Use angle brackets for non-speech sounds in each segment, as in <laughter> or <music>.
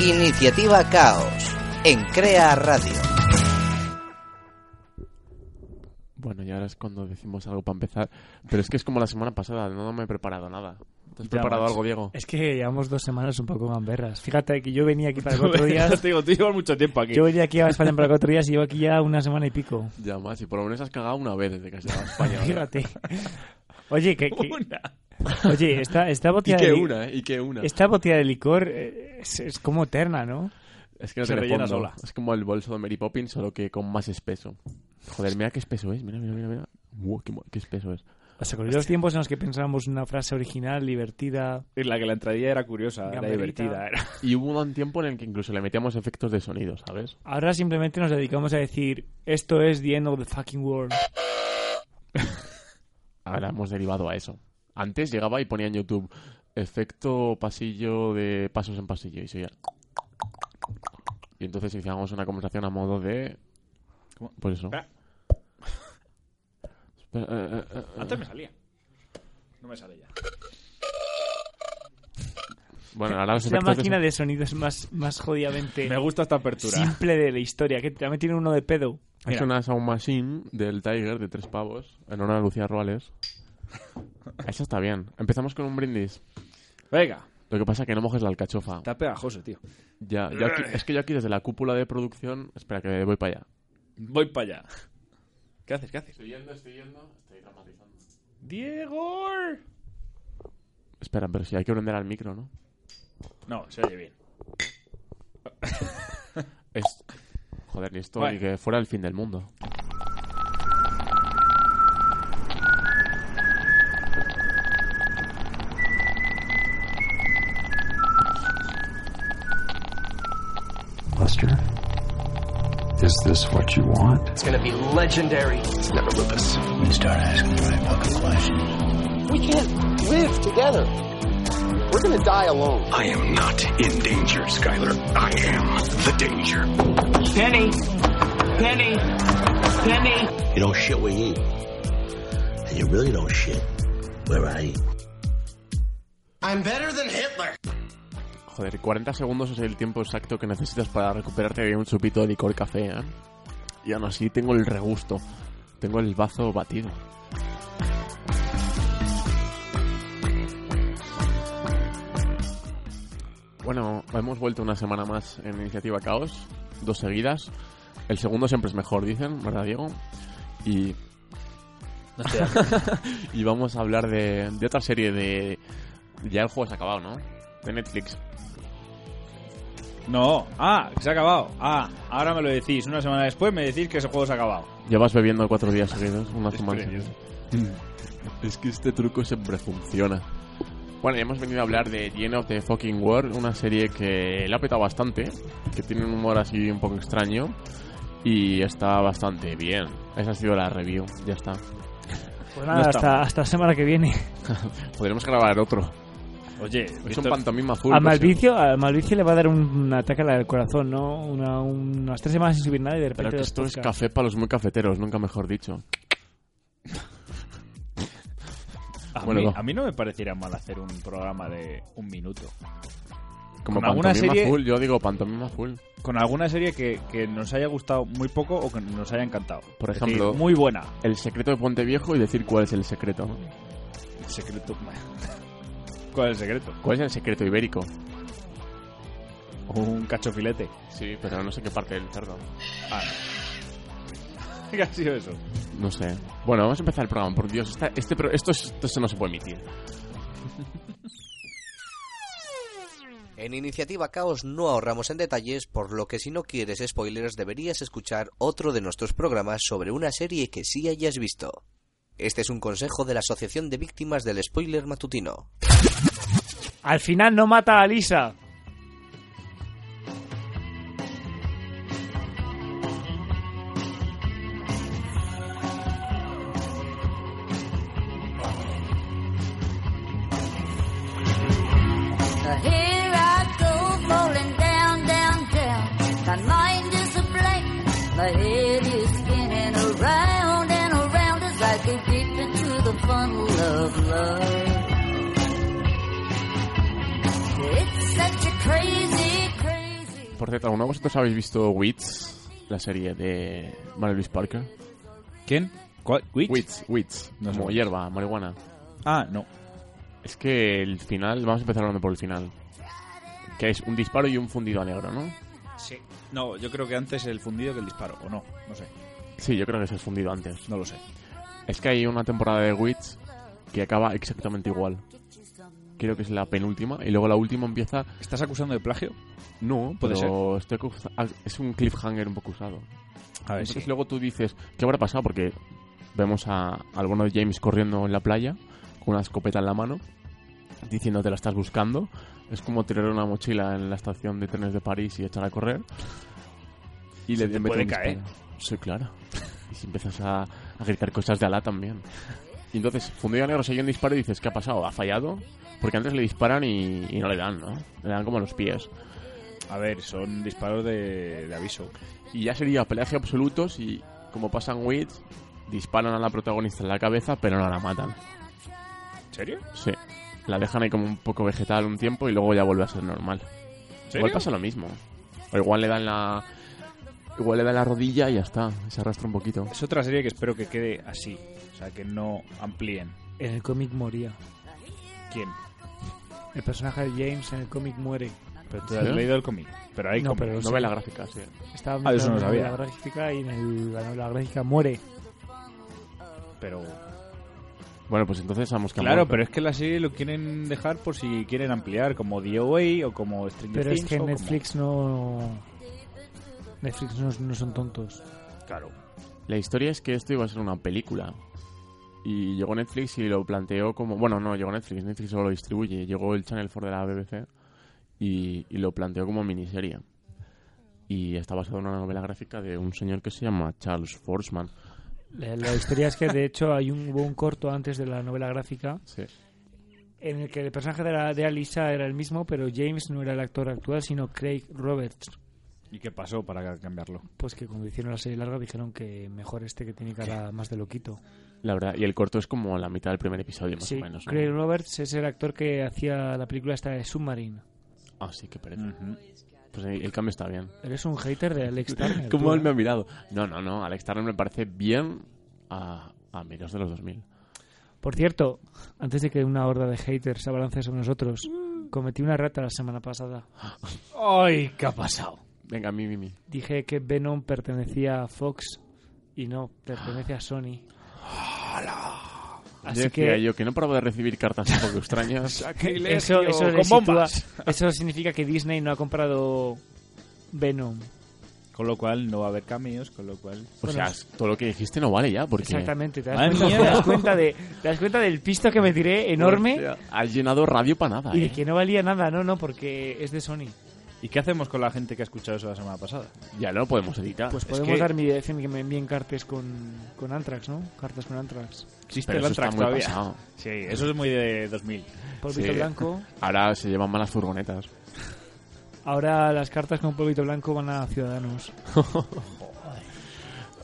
Iniciativa Caos en Crea Radio. Bueno, y ahora es cuando decimos algo para empezar. Pero es que es como la semana pasada, no me he preparado nada. ¿Te has Ya, preparado macho. algo, Diego? Eh. Es que llevamos dos semanas un poco gamberras. Fíjate que yo venía <laughs> aquí para cuatro días. Te digo, tú llevas mucho tiempo aquí. Yo venía aquí a España para cuatro días y llevo aquí ya una semana y pico. Ya más, y por lo menos has cagado una vez desde que has <laughs> llegado a España. ¿verdad? <laughs> Fíjate. Oye, que, que- Una. oye esta, esta Y botella que de, li- una, ¿eh? Y que una. esta botella de licor eh, es, es como eterna, ¿no? Es que no Se tiene rellena fondo. sola. Es como el bolso de Mary Poppins, solo que con más espeso. Joder, mira qué espeso es. Mira, mira, mira. mira. Buah, qué, mo- qué espeso es. Los los tiempos en los que pensábamos una frase original, divertida. En la que la entradilla era curiosa, era Gamberita. divertida. Era. Y hubo un tiempo en el que incluso le metíamos efectos de sonido, ¿sabes? Ahora simplemente nos dedicamos a decir, esto es the end of the fucking world. Ahora hemos derivado a eso. Antes llegaba y ponía en YouTube efecto pasillo de pasos en pasillo y se oía. Y entonces iniciábamos una conversación a modo de. ¿Cómo? Pues eso. Ah. Espera, eh, eh, eh, eh. Antes me salía. No me sale ya. Bueno, ahora los Es la efectos. máquina de sonidos más, más jodidamente Me gusta esta apertura. simple de la historia. Que también tiene uno de pedo. son- Es Mira. una Sound Machine del Tiger de tres pavos en honor a Lucía <laughs> Ruales. Eso está bien. Empezamos con un brindis. Venga, Lo que pasa es que no mojes la alcachofa. está pegajoso, tío. Ya, yo aquí- es que yo aquí desde la cúpula de producción. Espera, que voy para allá. Voy para allá. ¿Qué haces? ¿Qué haces? Estoy yendo, estoy yendo, estoy dramatizando. ¡Diego! Espera, pero si hay que prender al micro, ¿no? No, se oye bien. Es... Joder, ni esto, ni Vale. que fuera el fin del mundo. Lester, is this what you want? It's gonna be legendary. It's never lupus. You start asking the right fucking questions. We can't live together. We're gonna die alone. I am not in danger, Skyler. I am the danger. Penny, Penny, Penny. You don't shit where you eat. And you really don't shit where I eat. I'm better than Hitler. Joder, 40 segundos es el tiempo exacto que necesitas para recuperarte de un chupito de licor café, ¿eh? Y aún así tengo el regusto. Tengo el bazo batido. Bueno, hemos vuelto una semana más en Iniciativa Caos. Dos seguidas. El segundo siempre es mejor, dicen, ¿verdad, Diego? Y No estoy aquí. <laughs> Y vamos a hablar de, de otra serie de... Ya el juego se ha acabado, ¿no? De Netflix. No, ah, se ha acabado. Ah, ahora me lo decís. Una semana después me decís que ese juego se ha acabado. Llevas bebiendo cuatro días seguidos, una semana Estrellas. seguida. Es que este truco siempre funciona. Bueno, y hemos venido a hablar de The End of the Fucking World, una serie que la ha petado bastante, que tiene un humor así un poco extraño y está bastante bien. Esa ha sido la review, ya está. Pues nada, No hasta, estamos. hasta la semana que viene. Podremos grabar otro. Oye, Es esto- un pantomima full. A Malvicio, a Malvicio le va a dar un, ataque al corazón, ¿no? Una- unas tres semanas sin subir nada y de Pero repente... que dos esto es podcasts. café para los muy cafeteros, nunca mejor dicho. a, bueno, mí, no. a mí no me pareciera mal hacer un programa de un minuto. Como Con alguna pantomima serie- full, yo digo pantomima full. Con alguna serie que, que nos haya gustado muy poco o que nos haya encantado. Por Es decir, ejemplo- muy buena. El secreto de Puente Viejo y decir cuál es el secreto. El secreto. <laughs> ¿Cuál es el secreto? ¿Cuál es el secreto ibérico? Un cachofilete. Sí, pero no sé qué parte del cerdo. Ah. <laughs> ¿Qué ha sido eso? No sé. Bueno, vamos a empezar el programa. Por Dios, esta- este, pro- esto, es- esto se no se puede emitir. En Iniciativa Caos no ahorramos en detalles, por lo que si no quieres spoilers deberías escuchar otro de nuestros programas sobre una serie que sí hayas visto. Este es un consejo de la Asociación de Víctimas del Spoiler Matutino. Al final no mata a Lisa. Here I go, rolling down, down, down. My mind is a blank. My head is spinning around and around as I go deep into the funnel of love. It's such a crazy, crazy. Por cierto, ¿alguno de vosotros habéis visto Wits? La serie de Mary Louise Parker. ¿Quién? ¿Cuál? ¿Witch? Wits, Wits. No sé. como hierba, marihuana. Ah, no. Es que el final, vamos a empezar hablando por el final. Que es un disparo y un fundido a negro, ¿no? Sí. No, yo creo que antes el fundido que el disparo, o no, no sé, Sí, yo creo que es el fundido antes. no lo sé. Es que hay una temporada de Wits que acaba exactamente igual. Creo que es la penúltima. Y luego la última empieza. ¿Estás acusando de plagio? No, Puede pero estoy acusa- ah, es un cliffhanger un poco usado. A ver, Entonces sí. luego tú dices, ¿qué habrá pasado? Porque vemos a, al bueno de James corriendo en la playa con una escopeta en la mano, diciendo te la estás buscando. Es como tirar una mochila en la estación de trenes de París y echar a correr. Y le mete puede un caer. disparo. Sí, claro. Y si empiezas a, a gritar cosas de Alá también. Y entonces, fundido a negro, se oye un disparo y dices, ¿qué ha pasado? ¿Ha fallado? Porque antes le disparan y, y no le dan, ¿no? Le dan como a los pies. A ver, son disparos de, de aviso. Y ya sería pelaje absoluto si, como pasan Wits, disparan a la protagonista en la cabeza, pero no la matan. ¿En serio? Sí. La dejan ahí como un poco vegetal un tiempo y luego ya vuelve a ser normal. ¿Serio? Igual pasa lo mismo. O igual le dan la. Igual le dan la rodilla y ya está. Se arrastra un poquito. Es otra serie que espero que quede así. O sea, que no amplíen. En el cómic moría. ¿Quién? El personaje de James en el cómic muere. Pero tú ¿Sí? has leído el cómic. Pero hay No, cómic. pero- Novela gráfica, sí. Estaba Ah, eso no mezclado en sabía. la gráfica y en el- la novela gráfica muere. pero... Bueno, pues entonces vamos que Claro, pero es que la serie lo quieren dejar por si quieren ampliar, como DOA o como Stranger Pero es Things. que o como- Netflix no. Netflix no, no son tontos. Claro. La historia es que esto iba a ser una película. Y llegó Netflix y lo planteó como... Bueno, no, llegó Netflix. Netflix solo lo distribuye. Llegó el Channel 4 de la BBC y, y lo planteó como miniserie. Y está basado en una novela gráfica de un señor que se llama Charles Forsman. La, la historia es que, de hecho, hay un, hubo un corto antes de la novela gráfica Sí. en el que el personaje de, la- de Alisa era el mismo, pero James no era el actor actual, sino Craig Roberts. ¿Y qué pasó para cambiarlo? Pues que cuando hicieron la serie larga dijeron que mejor este que tiene cara más de loquito. La verdad. Y el corto es como la mitad del primer episodio, más sí, o menos. ¿no? Craig Roberts es el actor que hacía la película esta de Submarine. Ah, sí, que Mm. pereza. Ujú. Pues el el cambio está bien. Eres un hater <laughs> de Alex Turner. ¿Cómo tú, él me ¿eh? ha mirado? No, no, no. Alex Turner me parece bien a, a mediados de los 2000. Por cierto, antes de que una horda de haters se abalance sobre nosotros, cometí una rata la semana pasada. ¡Ay, qué ha pasado! Venga, mi, mi, mi. Dije que Venom pertenecía a Fox y no, pertenece a Sony. Así Decía que yo que no paraba de recibir cartas un <laughs> poco extrañas. eso, eso, le sitúa- eso significa que Disney no ha comprado Venom. Con lo cual no va a haber cameos, con lo cual... O sea, todo lo que dijiste no vale ya, porque... Exactamente, te das, Madre cuenta, mía. te das cuenta de, te das cuenta del pisto que me tiré enorme Hostia, Has llenado radio para nada, y ¿eh? de que no valía nada, no, no, porque es de Sony. ¿Y qué hacemos con la gente que ha escuchado eso la semana pasada? Ya no lo podemos editar. Pues Es podemos que- dar mi dirección y que me envíen cartas con, con Antrax, ¿no? Cartas con Antrax. ¿Existe Pero el eso está Antrax muy todavía? pasado. <laughs> Sí, eso es muy de 2000. Polvito Sí. blanco. Ahora se llevan malas furgonetas. <laughs> Ahora las cartas con polvito blanco van a Ciudadanos.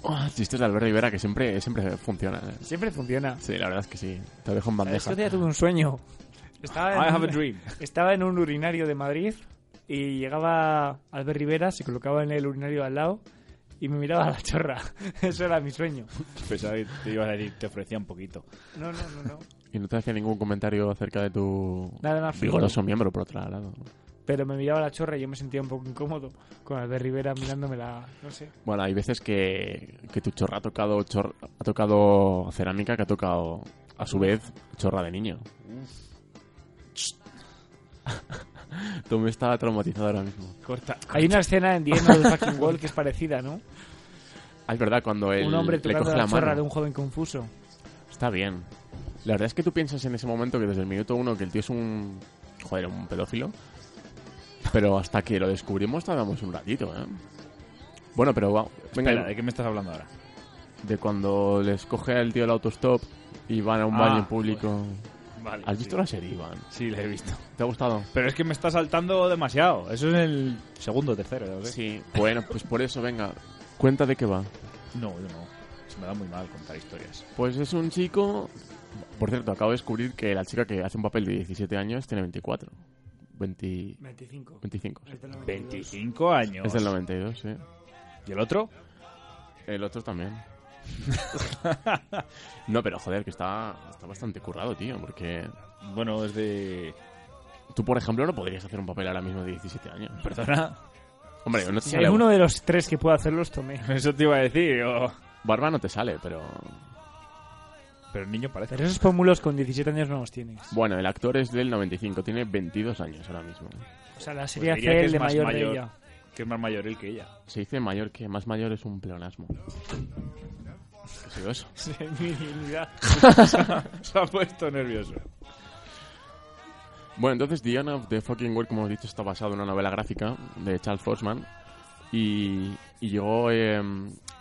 Oh, chistes de Albert Rivera que siempre, siempre funcionan. ¿eh? Siempre funciona. Sí, la verdad es que sí. Te dejo en Es que bandeja. otro día tuve un sueño. Estaba en, I have a dream. <laughs> estaba en un urinario de Madrid y llegaba Albert Rivera, se colocaba en el urinario al lado y me miraba a la chorra. <laughs> Eso era mi sueño. Pensaba que te iba a decir, te ofrecía un poquito. No, no, no, no. Y no te hacía ningún comentario acerca de tu... Nada más Vigoroso miembro, por otro lado. Pero me miraba a la chorra y yo me sentía un poco incómodo con Albert Rivera mirándome la... No sé. Bueno, hay veces que, que tu chorra ha tocado, chor- ha tocado cerámica que ha tocado, a su vez, chorra de niño. <laughs> Tomé estaba traumatizado ahora mismo. Corta. Hay una escena en The End of the Fucking Wall que es <laughs> parecida, ¿no? Ah, es verdad, cuando él un hombre le tocando coge la la chorra mano. de un joven confuso. Está bien. La verdad es que tú piensas en ese momento que desde el minuto uno que el tío es un... Joder, un pedófilo. Pero hasta que lo descubrimos tardamos un ratito, ¿eh? Bueno, pero... va- Venga, Espera, ¿de qué me estás hablando ahora? de cuando les coge el tío el autostop y van a un Ah, baño en público... Vale. pues. ¿Has visto la serie, Iván? Sí, la he visto. ¿Te ha gustado? Pero es que me está saltando demasiado. Eso es el segundo, tercero, no sé. Sí. Bueno, pues por eso, venga. Cuenta de qué va. No, yo no. Se me da muy mal contar historias. Pues es un chico... Por cierto, acabo de descubrir que la chica que hace un papel de 17 años tiene 24. 20 25. 25. sí. Es del 92. 25 años. Es del 92, sí. ¿Y el otro? El otro también. <laughs> no, pero joder, que está, está bastante currado, tío, porque Bueno, es de... tú, por ejemplo, no podrías hacer un papel ahora mismo de 17 años. Perdona. <laughs> Hombre, no te Si sale... alguno de los tres que pueda hacerlos, tomé. Eso te iba a decir. o- Barba no te sale, pero... Pero el niño parece... Pero esos pómulos con 17 años no los tienes. Bueno, el actor es del 95, tiene 22 años ahora mismo. O sea, la serie Pues diría hace que el es de más mayor, mayor. de ella. <laughs> Que es más mayor él que ella. <laughs> Se dice mayor que más mayor es un pleonasmo. ¿Qué ha sido eso? Sí, mi dignidad. Se ha puesto nervioso. Bueno, entonces Diana of the Fucking World, como hemos dicho, está basado en una novela gráfica de Charles Forsman. Y, y llegó eh,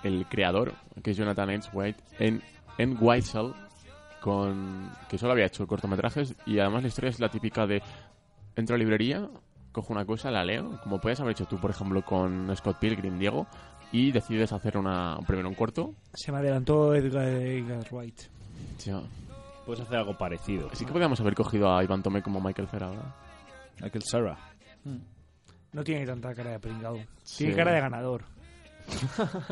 el creador, que es Jonathan H. White, en, en Whitehall, con, que solo había hecho cortometrajes. Y además la historia es la típica de, entro a la librería, cojo una cosa, la leo, como puedes haber hecho tú, por ejemplo, con Scott Pilgrim, Diego, y decides hacer una, primero un corto. Se me adelantó Edgar, Edgar Wright. Tío, Puedes hacer algo parecido. Así que podríamos haber cogido a Iván Tomé como Michael Cera ahora. Michael Sarah. No tiene tanta cara de pringado. Sí. Tiene cara de <laughs> ganador.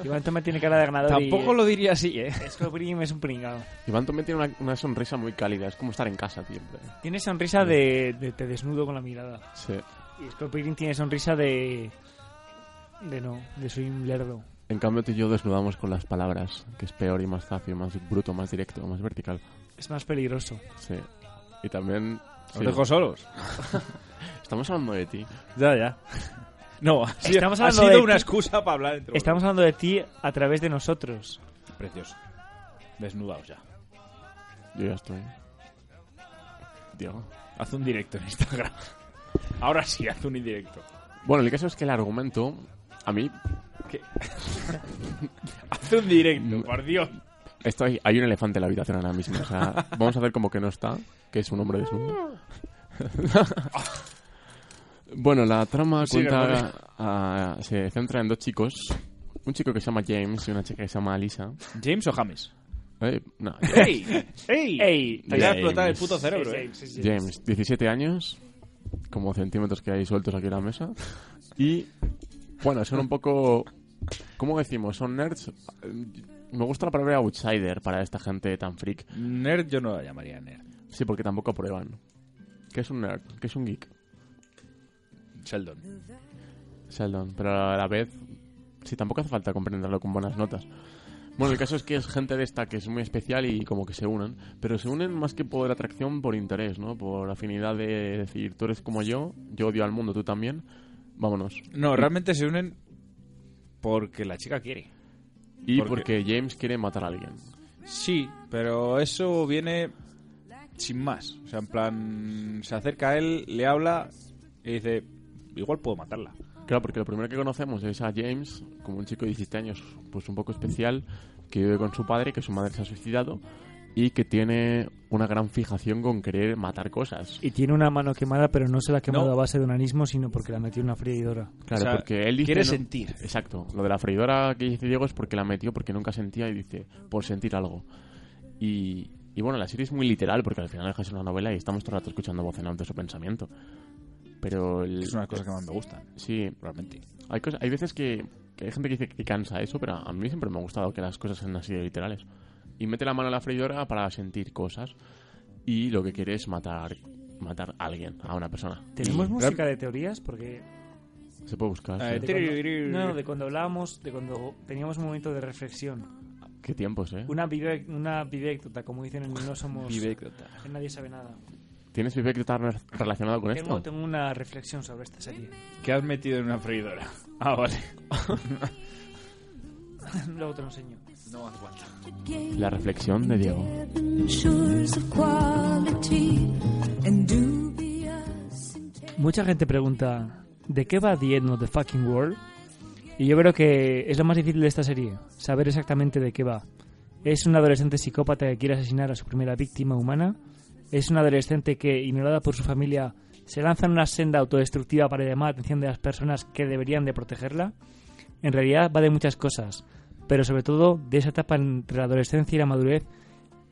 Iván Tomé tiene cara de ganador. Tampoco y- lo diría así, ¿eh? Scott Pilgrim es un pringado. Iván Tomé tiene una, una sonrisa muy cálida, es como estar en casa siempre. Tiene sonrisa de, de te desnudo con la mirada. Sí. Y Scott Pilgrim tiene sonrisa de... De no, de soy un lerdo. En cambio, tú y yo desnudamos con las palabras, que es peor y más zafio, más bruto, más directo, más vertical. Es más peligroso. Sí. Y también. Os sí, dejo solos. Estamos hablando de ti. Ya, ya. <laughs> No, <laughs> ha sido, Estamos ha hablando sido de- una excusa para hablar entre Estamos hablando de ti a través de nosotros. Precioso. Desnudaos ya. Yo ya estoy. Diego. Haz un directo en Instagram. <laughs> Ahora sí, haz un indirecto. Bueno, el caso es que el argumento. A mí Haz un directo, por Dios. Estoy, hay un elefante en la habitación ahora mismo. O sea, <laughs> vamos a hacer como que no está, que es un hombre desnudo. <laughs> bueno, la trama Sigue, cuenta, ah, se centra en dos chicos. Un chico que se llama James y una chica que se llama Lisa. ¿James o James? Eh, no, <laughs> ¡Ey! ¡Ey! ¡Ey! Te voy a James. explotar el puto cerebro, eh. James, James. James, 17 años, como centímetros que hay sueltos aquí en la mesa. Y bueno, son un poco. ¿Cómo decimos? Son nerds. Me gusta la palabra outsider para esta gente tan freak. Nerd yo no la llamaría nerd. Sí, porque tampoco aprueban. ¿Qué es un nerd? ¿Qué es un geek? Sheldon. Sheldon, pero a la vez, sí, tampoco hace falta comprenderlo con buenas notas. Bueno, el caso es que es gente de esta que es muy especial y como que se unen, pero se unen más que por atracción, por interés, ¿no? Por afinidad de decir, tú eres como yo, yo odio al mundo, tú también, vámonos. No, realmente se unen porque la chica quiere. Y ¿Por porque James quiere matar a alguien. Sí, pero eso viene sin más. O sea, en plan, se acerca a él, le habla y dice, igual puedo matarla. Claro, porque lo primero que conocemos es a James, como un chico de 17 años, pues un poco especial, que vive con su padre, que su madre se ha suicidado y que tiene una gran fijación con querer matar cosas. Y tiene una mano quemada, pero no se la ha quemado No. a base de un anismo, sino porque la metió en una freidora. Claro, O sea, porque él dice... quiere ¿no? sentir. Exacto. Lo de la freidora que dice Diego es porque la metió porque nunca sentía y dice, por sentir algo. Y, y bueno, la serie es muy literal porque al final deja de ser una novela y estamos todo el rato escuchando voz en alto su pensamiento. Pero el- Es una cosa que más me gusta, sí, realmente. hay, cosas, hay veces que, que hay gente que dice que cansa eso, pero a mí siempre me ha gustado que las cosas sean así de literales. Y mete la mano en la freidora para sentir cosas y lo que quiere es matar matar a alguien, a una persona. ¿Tenemos Y música de teorías? Porque... Se puede buscar. Eh, sí. de cuando- no, de cuando hablábamos, de cuando teníamos un momento de reflexión. Qué tiempos, ¿eh? Una, vive, una vivéctota, como dicen en No Somos... en nadie sabe nada. ¿Tienes feedback que está re- relacionado con esto? Tengo, tengo una reflexión sobre esta serie. <laughs> ¿Qué has metido en una freidora? <laughs> Ah, vale. Luego te lo enseño. La reflexión de Diego. Shores of quality and dubious Mucha gente pregunta, ¿de qué va The End of the Fucking World? Y yo creo que es lo más difícil de esta serie, saber exactamente de qué va. Es un adolescente psicópata que quiere asesinar a su primera víctima humana. Es un adolescente que, ignorada por su familia, se lanza en una senda autodestructiva para llamar la atención de las personas que deberían de protegerla. En realidad va de muchas cosas, pero sobre todo de esa etapa entre la adolescencia y la madurez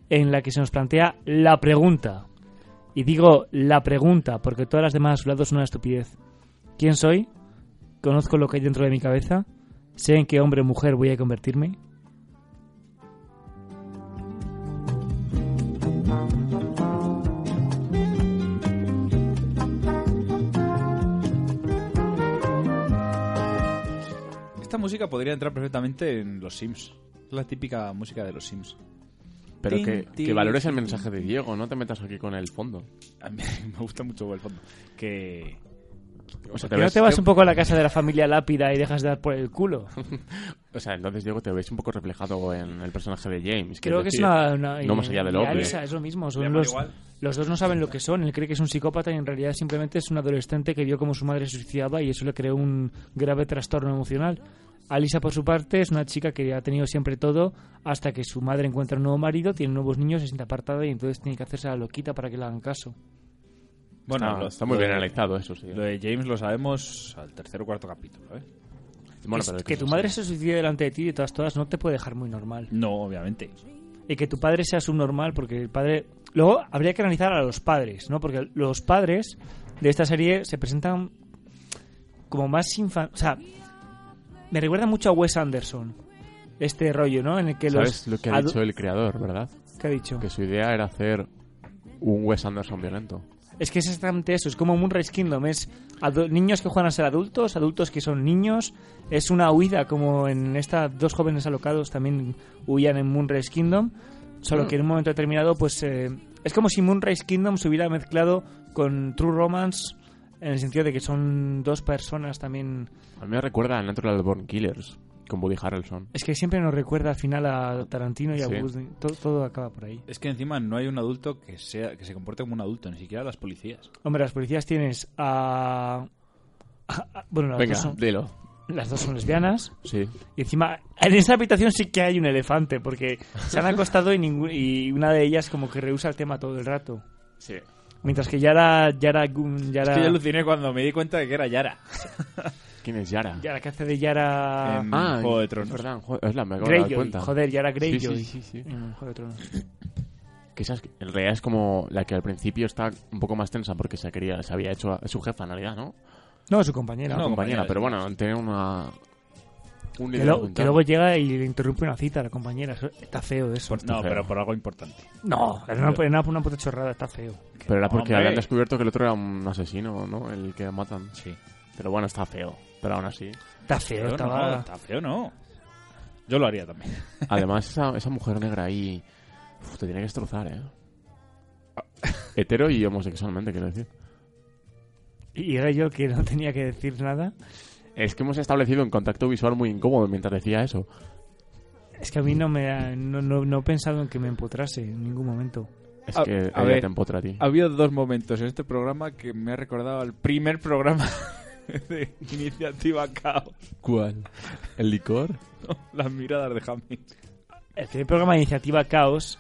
en la que se nos plantea la pregunta. Y digo la pregunta, porque todas las demás a su lado son una estupidez. ¿Quién soy? ¿Conozco lo que hay dentro de mi cabeza? ¿Sé en qué hombre o mujer voy a convertirme? Esta música podría entrar perfectamente en Los Sims. Es la típica música de Los Sims. Pero Tin, que, que tin, valores el tin, mensaje de Diego, no te metas aquí con el fondo. A mí <laughs> me gusta mucho el fondo. Que... O sea, te ¿Que no ves- te vas un poco a la casa de la familia lápida y dejas de dar por el culo? O sea, entonces Diego te ves un poco reflejado en el personaje de James. Creo que es decir, una... una- No más allá del y hombre. Alisa, es lo mismo. son Le llaman los, igual. los dos no saben lo que son. Él cree que es un psicópata y en realidad simplemente es un adolescente que vio como su madre se suicidaba y eso le creó un grave trastorno emocional. Alisa, por su parte, es una chica que ha tenido siempre todo hasta que su madre encuentra un nuevo marido, tiene nuevos niños, se siente apartada y entonces tiene que hacerse la loquita para que le hagan caso. Bueno, está, lo- está muy lo bien de- analizado eso, sí. Lo de James lo sabemos al tercer o cuarto capítulo, ¿eh? Bueno, Es- pero el que caso tu es- madre se suicide delante de ti de todas todas no te puede dejar muy normal. No, obviamente. Y que tu padre sea subnormal, porque el padre. Luego habría que analizar a los padres, ¿no? Porque los padres de esta serie se presentan como más infantes. O sea, me recuerda mucho a Wes Anderson. Este rollo, ¿no? En el que los. ¿Sabes lo que ha adu- dicho el creador, verdad? ¿Qué ha dicho? Que su idea era hacer un Wes Anderson violento. Es que es exactamente eso, es como Moonrise Kingdom, es adu- niños que juegan a ser adultos, adultos que son niños, es una huida como en estas dos jóvenes alocados también huían en Moonrise Kingdom, solo que en un momento determinado pues eh, es como si Moonrise Kingdom se hubiera mezclado con True Romance en el sentido de que son dos personas también, A mí me recuerda a Natural Born Killers con Woody Harrelson. es que siempre nos recuerda al final a Tarantino y a Sí. Woody- todo, todo acaba por ahí. Es que encima no hay un adulto que sea que se comporte como un adulto, ni siquiera las policías. Hombre, las policías tienes a... a- a- bueno, las Venga, dos son- dilo. las dos son lesbianas. Sí. Y encima, en esa habitación sí que hay un elefante, porque se han acostado y, ningú- y una de ellas como que rehúsa el tema todo el rato. Sí. Mientras que Yara, Yara, Gun- Yara, Es que yo aluciné cuando me di cuenta de que era Yara. ¿Quién es Yara? Yara que hace de Yara Em, Ah, Juego de es Tronos. verdad, en Juego- es la me acabo de dar Greyjoy. cuenta. Joder, Yara Greyjoy. Sí, sí, sí, sí. Mm, Juego de Tronos. Que esa es, en realidad es como la que al principio está un poco más tensa porque se quería, se había hecho a- es su jefa en realidad, ¿no? No, su compañera. Era No, compañera, compañera. pero bueno, tenía una... Un que, líder lo- junto. que luego llega y le interrumpe una cita a la compañera. Eso- Está feo eso. Por- No, Está feo. pero por algo importante. No, era una, era una puta chorrada, está feo. Pero era porque Hombre. habían descubierto que el otro era un asesino, ¿no? El que matan. Sí. Pero bueno, está feo. Pero aún así. Está feo, Feo estaba... no, está feo no. Yo lo haría <laughs> también. Además, esa, esa mujer negra ahí. uf, te tiene que destrozar, ¿eh? Hetero y homosexualmente, quiero decir. Y era yo que no tenía que decir nada. Es que hemos establecido un contacto visual muy incómodo mientras decía eso. Es que a mí no me ha- no, no- no he pensado en que me empotrase en ningún momento. Es A- que a ella ver. te empotra a ti. Ha habido dos momentos en este programa que me ha recordado al primer programa <laughs> de Iniciativa Caos. ¿Cuál? ¿El licor? <laughs> Las miradas de Jamie. el primer programa de iniciativa Caos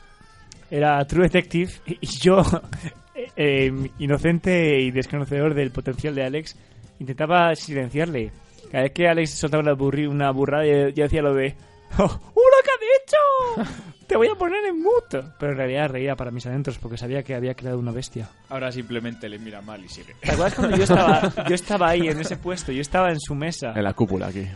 era True Detective y yo, <laughs> eh, eh, inocente y desconocedor del potencial de Alex, intentaba silenciarle. Cada vez que Alex soltaba una, burri- una burrada, yo, yo decía lo de ¡Oh, ¡Uno que <laughs> has dicho! ¡Te voy a poner en mute! Pero en realidad reía para mis adentros porque sabía que había creado una bestia. Ahora simplemente le mira mal y sigue. ¿Te acuerdas cuando yo estaba, yo estaba ahí en ese puesto? Yo estaba en su mesa. En la cúpula aquí. <laughs>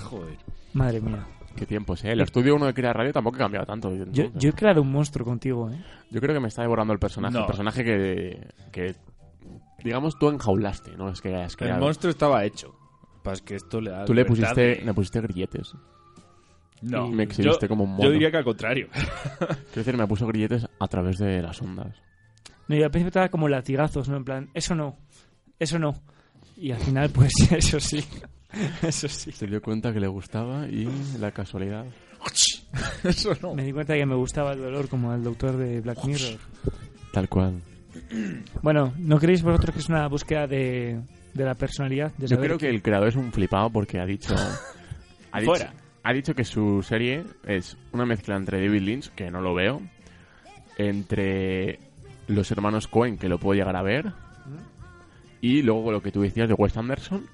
Joder. Madre mía. Qué tiempos, ¿eh? El estudio uno de Crea Radio tampoco ha cambiado tanto. desde Yo, entonces. yo he creado un monstruo contigo, ¿eh? Yo creo que me está devorando el personaje. No. El personaje que, que. Digamos, tú enjaulaste, ¿no? Es que has El creado. monstruo estaba hecho. Pues que esto le da Tú le libertad pusiste, de- le pusiste grilletes. No, y me exhibiste yo- como un mono. Yo diría que al contrario. <laughs> Quiero decir, me puso grilletes a través de las ondas. No, yo al principio estaba como latigazos, ¿no? En plan, eso no, eso no. Y al final, pues, <laughs> eso sí. Eso sí. Se dio cuenta que le gustaba y la casualidad. Eso no. Me di cuenta que me gustaba el dolor como al doctor de Black Mirror. Tal cual. Bueno, ¿no creéis vosotros que es una búsqueda de, de la personalidad? De Yo saber creo que el creador es un flipado porque ha dicho. ha dicho- Fuera. Ha dicho que su serie es una mezcla entre David Lynch, que no lo veo, entre los hermanos Cohen, que lo puedo llegar a ver, y luego lo que tú decías de Wes Anderson.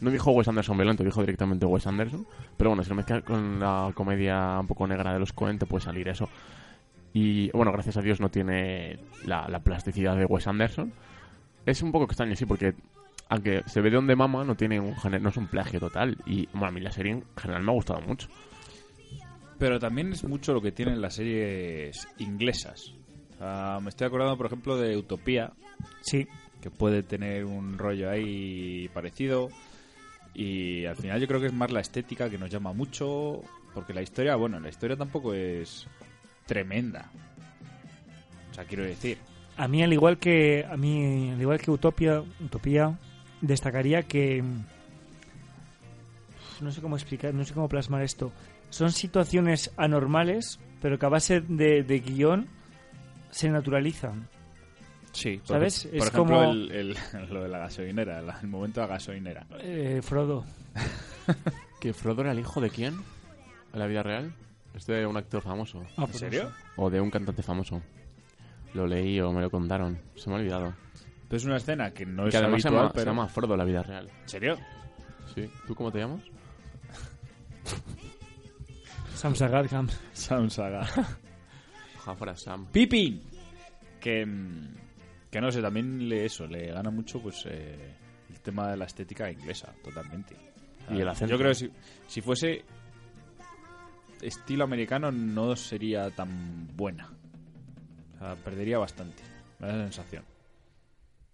No dijo Wes Anderson violento, dijo directamente Wes Anderson. Pero bueno, si lo mezclas con la comedia un poco negra de los Cohen, te puede salir eso. Y bueno, gracias a Dios no tiene la, la plasticidad de Wes Anderson. Es un poco extraño, sí, porque aunque se ve de donde mama, no tiene un gener- no es un plagio total. Y bueno, a mí la serie en general me ha gustado mucho. Pero también es mucho lo que tienen las series inglesas. O sea, me estoy acordando, por ejemplo, de Utopía, Sí, que puede tener un rollo ahí parecido. Y al final yo creo que es más la estética que nos llama mucho, porque la historia, bueno, la historia tampoco es tremenda. O sea, quiero decir, A mí al igual que a mí al igual que Utopia, Utopía destacaría que Uf, no sé cómo explicar, no sé cómo plasmar esto. Son situaciones anormales, pero que a base de, de guión se naturalizan. sí, por, ¿Sabes? ej- Es por ejemplo, como- el, <laughs> el- lo de la gasolinera, la- el momento de la gasolinera. Eh, Frodo, ¿Que Frodo era el hijo de quién? ¿En la vida real? Es de un actor famoso. Ah, ¿En pues serio? O de un cantante famoso. Lo leí o me lo contaron. Se me ha olvidado. Pero es una escena que no es que además se habitual, llama, se pero... llama Frodo en la vida real. ¿En serio? <laughs> Sí. ¿Tú cómo te llamas? no sé. Sam Sagadham. Sam Saga. Jafra Sam. Pippin. Que, mm, que no sé, también le eso, le gana mucho pues eh, el tema de la estética inglesa, totalmente. O sea, Y el acento. Yo creo que si, si fuese estilo americano no sería tan buena. O sea, perdería bastante. Me da la sensación.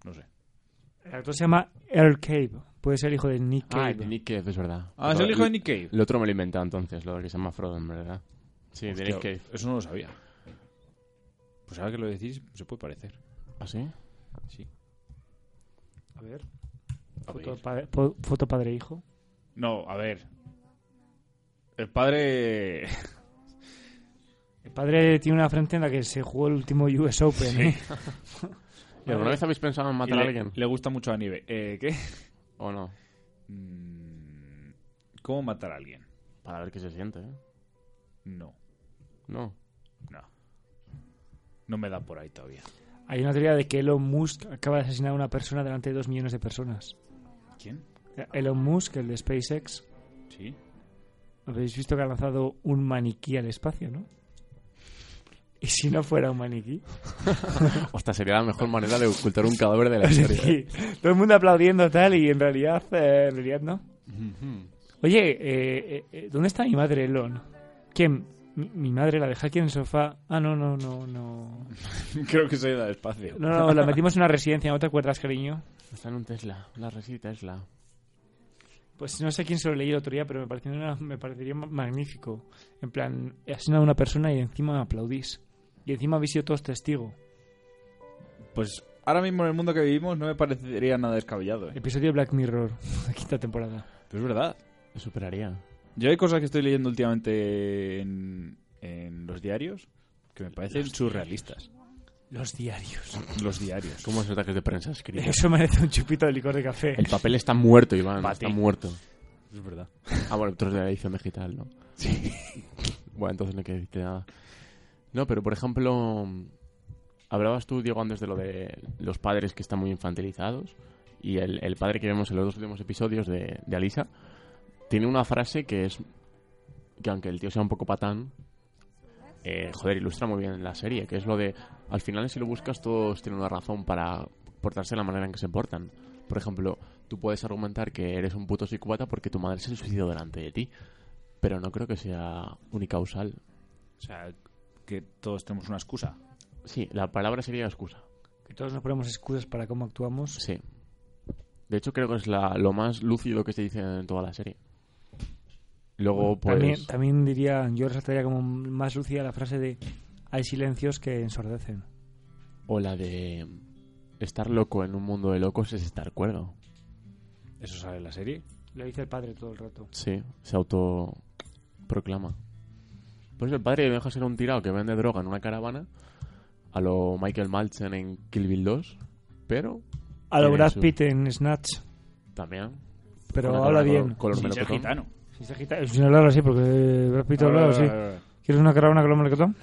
No sé. El actor se llama Earl Cave. Puede ser hijo de Nick Cave. Ah, el de Nick Cave, es verdad. Ah, es Lo- el hijo de Nick Cave. El otro me lo inventa entonces, lo que se llama Frodo, en verdad. Sí, de Nick Cave. Eso no lo sabía. Pues ahora que lo decís, se puede parecer. ¿Ah, sí? Sí. A ver. Foto, padre, po- foto padre e hijo. No, a ver. El padre El padre tiene una frente en la que se jugó el último US Open. ¿eh? ¿Y alguna vez habéis pensado en matar le, a alguien? le gusta mucho a Nieve. Eh, ¿Qué? ¿O no? Mm, ¿Cómo matar a alguien? Para ver qué se siente, ¿eh? No, No. no. No me da por ahí todavía. Hay una teoría de que Elon Musk acaba de asesinar a una persona delante de dos millones de personas. ¿Quién? Elon Musk, el de SpaceX, Sí. <laughs> habéis visto que ha lanzado un maniquí al espacio, ¿no? Y si no fuera un maniquí. Hostia, sería la mejor manera de ocultar un cadáver de la Es historia. decir, todo el mundo aplaudiendo tal y en realidad, eh, en realidad no. Oye, eh, eh, eh, ¿dónde está mi madre, Elon? ¿Quién? Mi, mi madre la dejé aquí en el sofá. Ah, no, no, no, no. Creo que soy del espacio. No, no, la metimos en una residencia, ¿no te acuerdas, cariño? Está en un Tesla, la resi Tesla. Pues no sé quién se lo leí el otro día, pero me parecería, una- me parecería ma- magnífico. En plan, asesinado a una persona y encima aplaudís. Y encima habéis sido todos testigo. Pues ahora mismo en el mundo que vivimos no me parecería nada descabellado. ¿eh? Episodio de Black Mirror, <laughs> la quinta temporada. Pero es verdad. Lo superaría. Yo hay cosas que estoy leyendo últimamente en, en los diarios que me parecen surrealistas. Los diarios. Los diarios. ¿Cómo esos ataques de prensa escritos? Eso merece un chupito de licor de café. El papel está muerto, Iván. Pa' Está ti. muerto. Es verdad. Ah, bueno, tú eres de la edición digital, ¿no? Sí. <laughs> bueno, entonces no hay que decirte nada. No, pero por ejemplo, hablabas tú, Diego, antes de lo de los padres que están muy infantilizados. Y el, el padre que vemos en los dos últimos episodios de, de Alisa tiene una frase que es que aunque el tío sea un poco patán, eh, joder, ilustra muy bien la serie, que es lo de, al final si lo buscas todos tienen una razón para portarse de la manera en que se portan. Por ejemplo, tú puedes argumentar que eres un puto psicópata porque tu madre se suicidó delante de ti, pero no creo que sea unicausal. O sea, que todos tenemos una excusa. Sí, la palabra sería excusa. Que todos nos ponemos excusas para cómo actuamos. Sí. De hecho, creo que es la- lo más lúcido que se dice en toda la serie. Luego, pues... También, también diría, yo resaltaría como más lúcida la frase de hay silencios que ensordecen. O la de... Estar loco en un mundo de locos es estar cuerdo. ¿Eso sale en la serie? Lo dice el padre todo el rato. Sí, se autoproclama. Pues el padre deja ser un tirado que vende droga en una caravana a lo Michael Malchen en Kill Bill 2, pero A lo Tiene Brad su- Pitt en Snatch, también... pero con habla color- bien. Color Sin ser melocotón. gitano. Si se Ah, <laughs> agita- si no lo hablo así, porque Brad Pitt habla así. ¿Quieres una caravana con melocotón?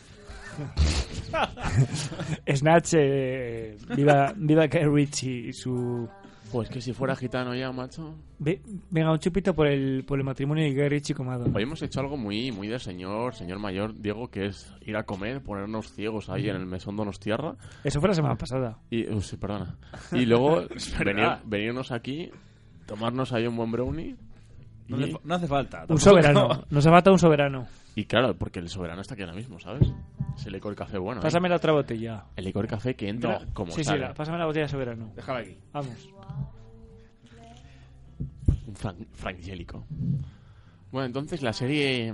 Snatch, eh, viva, viva Guy Ritchie y su... Pues que si fuera gitano ya, macho. Ve- venga, un chupito por el, por el matrimonio de Guy Ritchie con Madonna. Hoy hemos hecho algo muy, muy de señor, señor mayor, Diego, que es ir a comer, ponernos ciegos ahí en el mesón Donostierra Eso fue la semana pasada. y, uh, sí, perdona. Y luego venir- venirnos aquí, tomarnos ahí un buen brownie. No, y- le fa- no hace falta. Un tampoco. soberano. Nos ha matado un soberano. Y claro, porque el soberano está aquí ahora mismo, ¿sabes? Ese licor café bueno. ¿eh? Pásame la otra botella. El licor café que entra No. como sí, sí, sale. la- pásame la botella de soberano. <laughs> Déjala aquí. Vamos. Un fran- frangélico. Bueno, entonces la serie...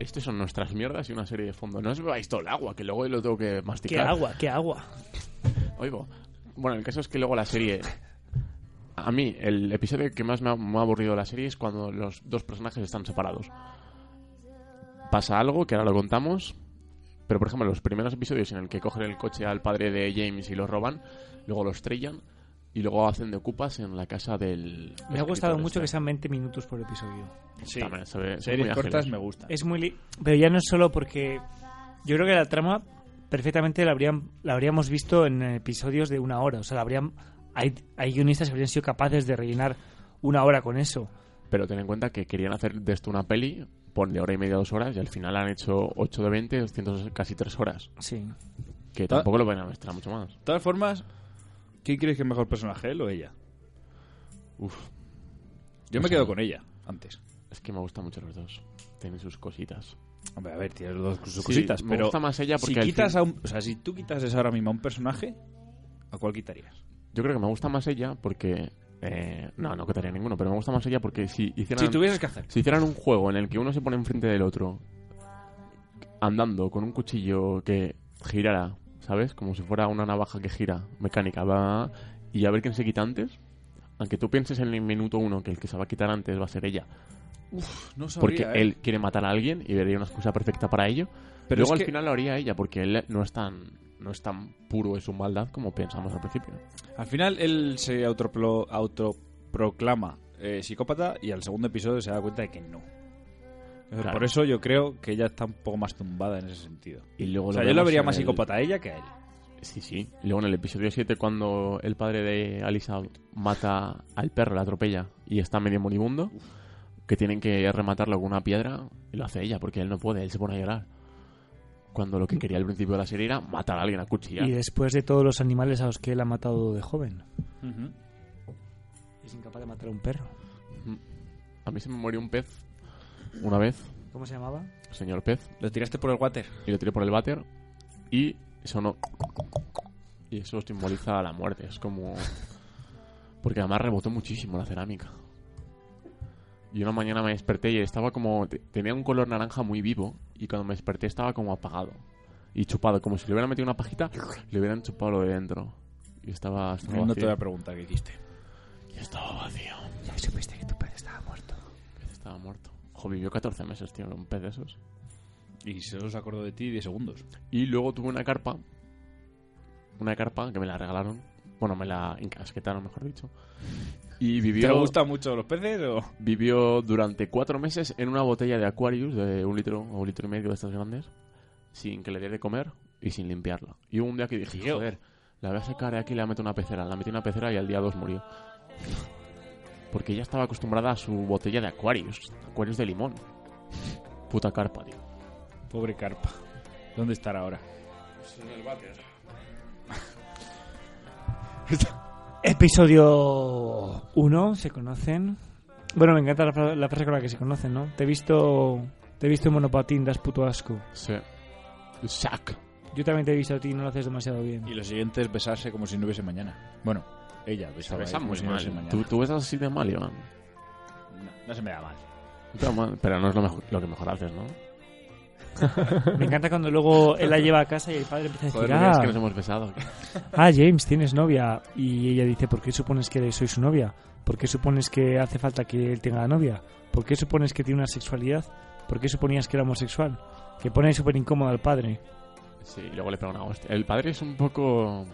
Estas son nuestras mierdas y una serie de fondo. No os bebáis todo el agua, que luego lo tengo que ¡Qué masticar. agua, qué agua! Oigo. Bueno, el caso es que luego la serie... A mí, el episodio que más me ha, me ha aburrido de la serie es cuando los dos personajes están separados. Pasa algo, que ahora lo contamos. Pero, por ejemplo, los primeros episodios en el que cogen el coche al padre de James y lo roban, luego lo estrellan y luego hacen de ocupas en la casa del... Me ha gustado escritor mucho que este. sean 20 minutos por episodio. Sí. También se ve- son Series muy cortas ágiles. me gustan. Es muy... li- Pero ya no es solo porque... Yo creo que la trama perfectamente la, habrían, la habríamos visto en episodios de una hora. O sea, la habrían... Hay, hay guionistas que habrían sido capaces de rellenar una hora con eso. Pero ten en cuenta que querían hacer de esto una peli, ponle hora y media, dos horas, y al final han hecho 8 de 20, 200, casi 3 horas. Sí. Que tampoco lo van a mezclar mucho más. De todas formas, ¿quién crees que es mejor personaje, él o ella? Uf, Yo No me sé. quedo con ella, antes. es que me gustan mucho los dos. Tienen sus cositas. Hombre, a ver, tienes dos sus Sí, cositas, me pero gusta más ella porque si al quitas fin- a un, o sea, si tú quitases ahora mismo a un personaje, ¿a cuál quitarías? Yo creo que me gusta más ella porque... eh, no, no quitaría ninguno, pero me gusta más ella porque si hicieran, Si tuvieses que hacer. si hicieran un juego en el que uno se pone enfrente del otro andando con un cuchillo que girara, ¿sabes? Como si fuera una navaja que gira, mecánica, va y a ver quién se quita antes. Aunque tú pienses en el minuto uno que el que se va a quitar antes va a ser ella, No sabría, porque ¿eh? él quiere matar a alguien y vería una excusa perfecta para ello. Pero Pero luego es al que- final lo haría ella, porque él no es tan no es tan puro de su maldad como pensamos al principio. Al final él se autoplo- autoproclama eh, psicópata y al segundo episodio se da cuenta de que no. Entonces, Claro. Por eso yo creo que ella está un poco más tumbada en ese sentido. Y luego O sea, lo yo lo vemos vería en más el- psicópata a ella que a él. Sí, sí. Y luego en el episodio 7 cuando el padre de Alisa mata al perro, la atropella y está medio moribundo, que tienen que rematarlo con una piedra y lo hace ella, porque él no puede, él se pone a llorar. Cuando lo que quería al principio de la serie era matar a alguien a cuchillar. Y después de todos los animales a los que él ha matado de joven. Es incapaz de matar a un perro. A mí se me murió un pez una vez, ¿Cómo se llamaba? señor pez, Lo tiraste por el water. y lo tiré por el váter y sonó y eso simboliza la muerte es como porque además rebotó muchísimo la cerámica y una mañana me desperté y estaba como te- tenía un color naranja muy vivo y cuando me desperté estaba como apagado y chupado como si le hubieran metido una pajita le hubieran chupado lo de dentro y estaba, estaba No te vacío. voy a preguntar qué hiciste. Y estaba vacío Ya supiste que tu padre estaba muerto. estaba muerto Ojo, vivió 14 meses tío un pez de esos Y solo se acordó de ti 10 segundos. Y luego tuve una carpa. Una carpa que me la regalaron. Bueno, me la encasquetaron, mejor dicho. Y ¿Te vivió, gustan mucho los peces o...? vivió durante cuatro meses en una botella de Aquarius de un litro o un litro y medio de estas grandes. Sin que le dé de comer y sin limpiarla. Y hubo un día que dije, joder, la voy a sacar de aquí y la meto en una pecera. La metí en una pecera y al día dos murió. Porque ella estaba acostumbrada a su botella de Aquarius. Aquarius de limón. Puta carpa, tío. Pobre carpa. ¿Dónde estará ahora? Episodio 1, se conocen. Bueno, me encanta la, fra- la frase con la que se conocen, ¿no? Te he visto, te he visto en monopatín, das puto asco. Sí. Sac. Yo también te he visto a ti, no lo haces demasiado <laughs> bien. Y lo siguiente es besarse como si no hubiese mañana. Bueno, ella Se besaba a él besan como muy si no hubiese mal. mañana. ¿Tú, tú besas así de mal, Iván. No, no se me da mal. Pero, mal- pero no es lo, mejor, lo que mejor haces, ¿no? Me encanta cuando luego él la lleva a casa y el padre empieza a decir, Joder, mira, es que nos ah, hemos besado. ah, James, tienes novia. Y ella dice, ¿por qué supones que soy su novia? ¿Por qué supones que hace falta que él tenga novia? ¿Por qué supones que tiene una sexualidad? ¿Por qué suponías que era homosexual? Que pone ahí súper incómodo al padre. <laughs> Sí, y luego le pega una hostia. El padre es un poco...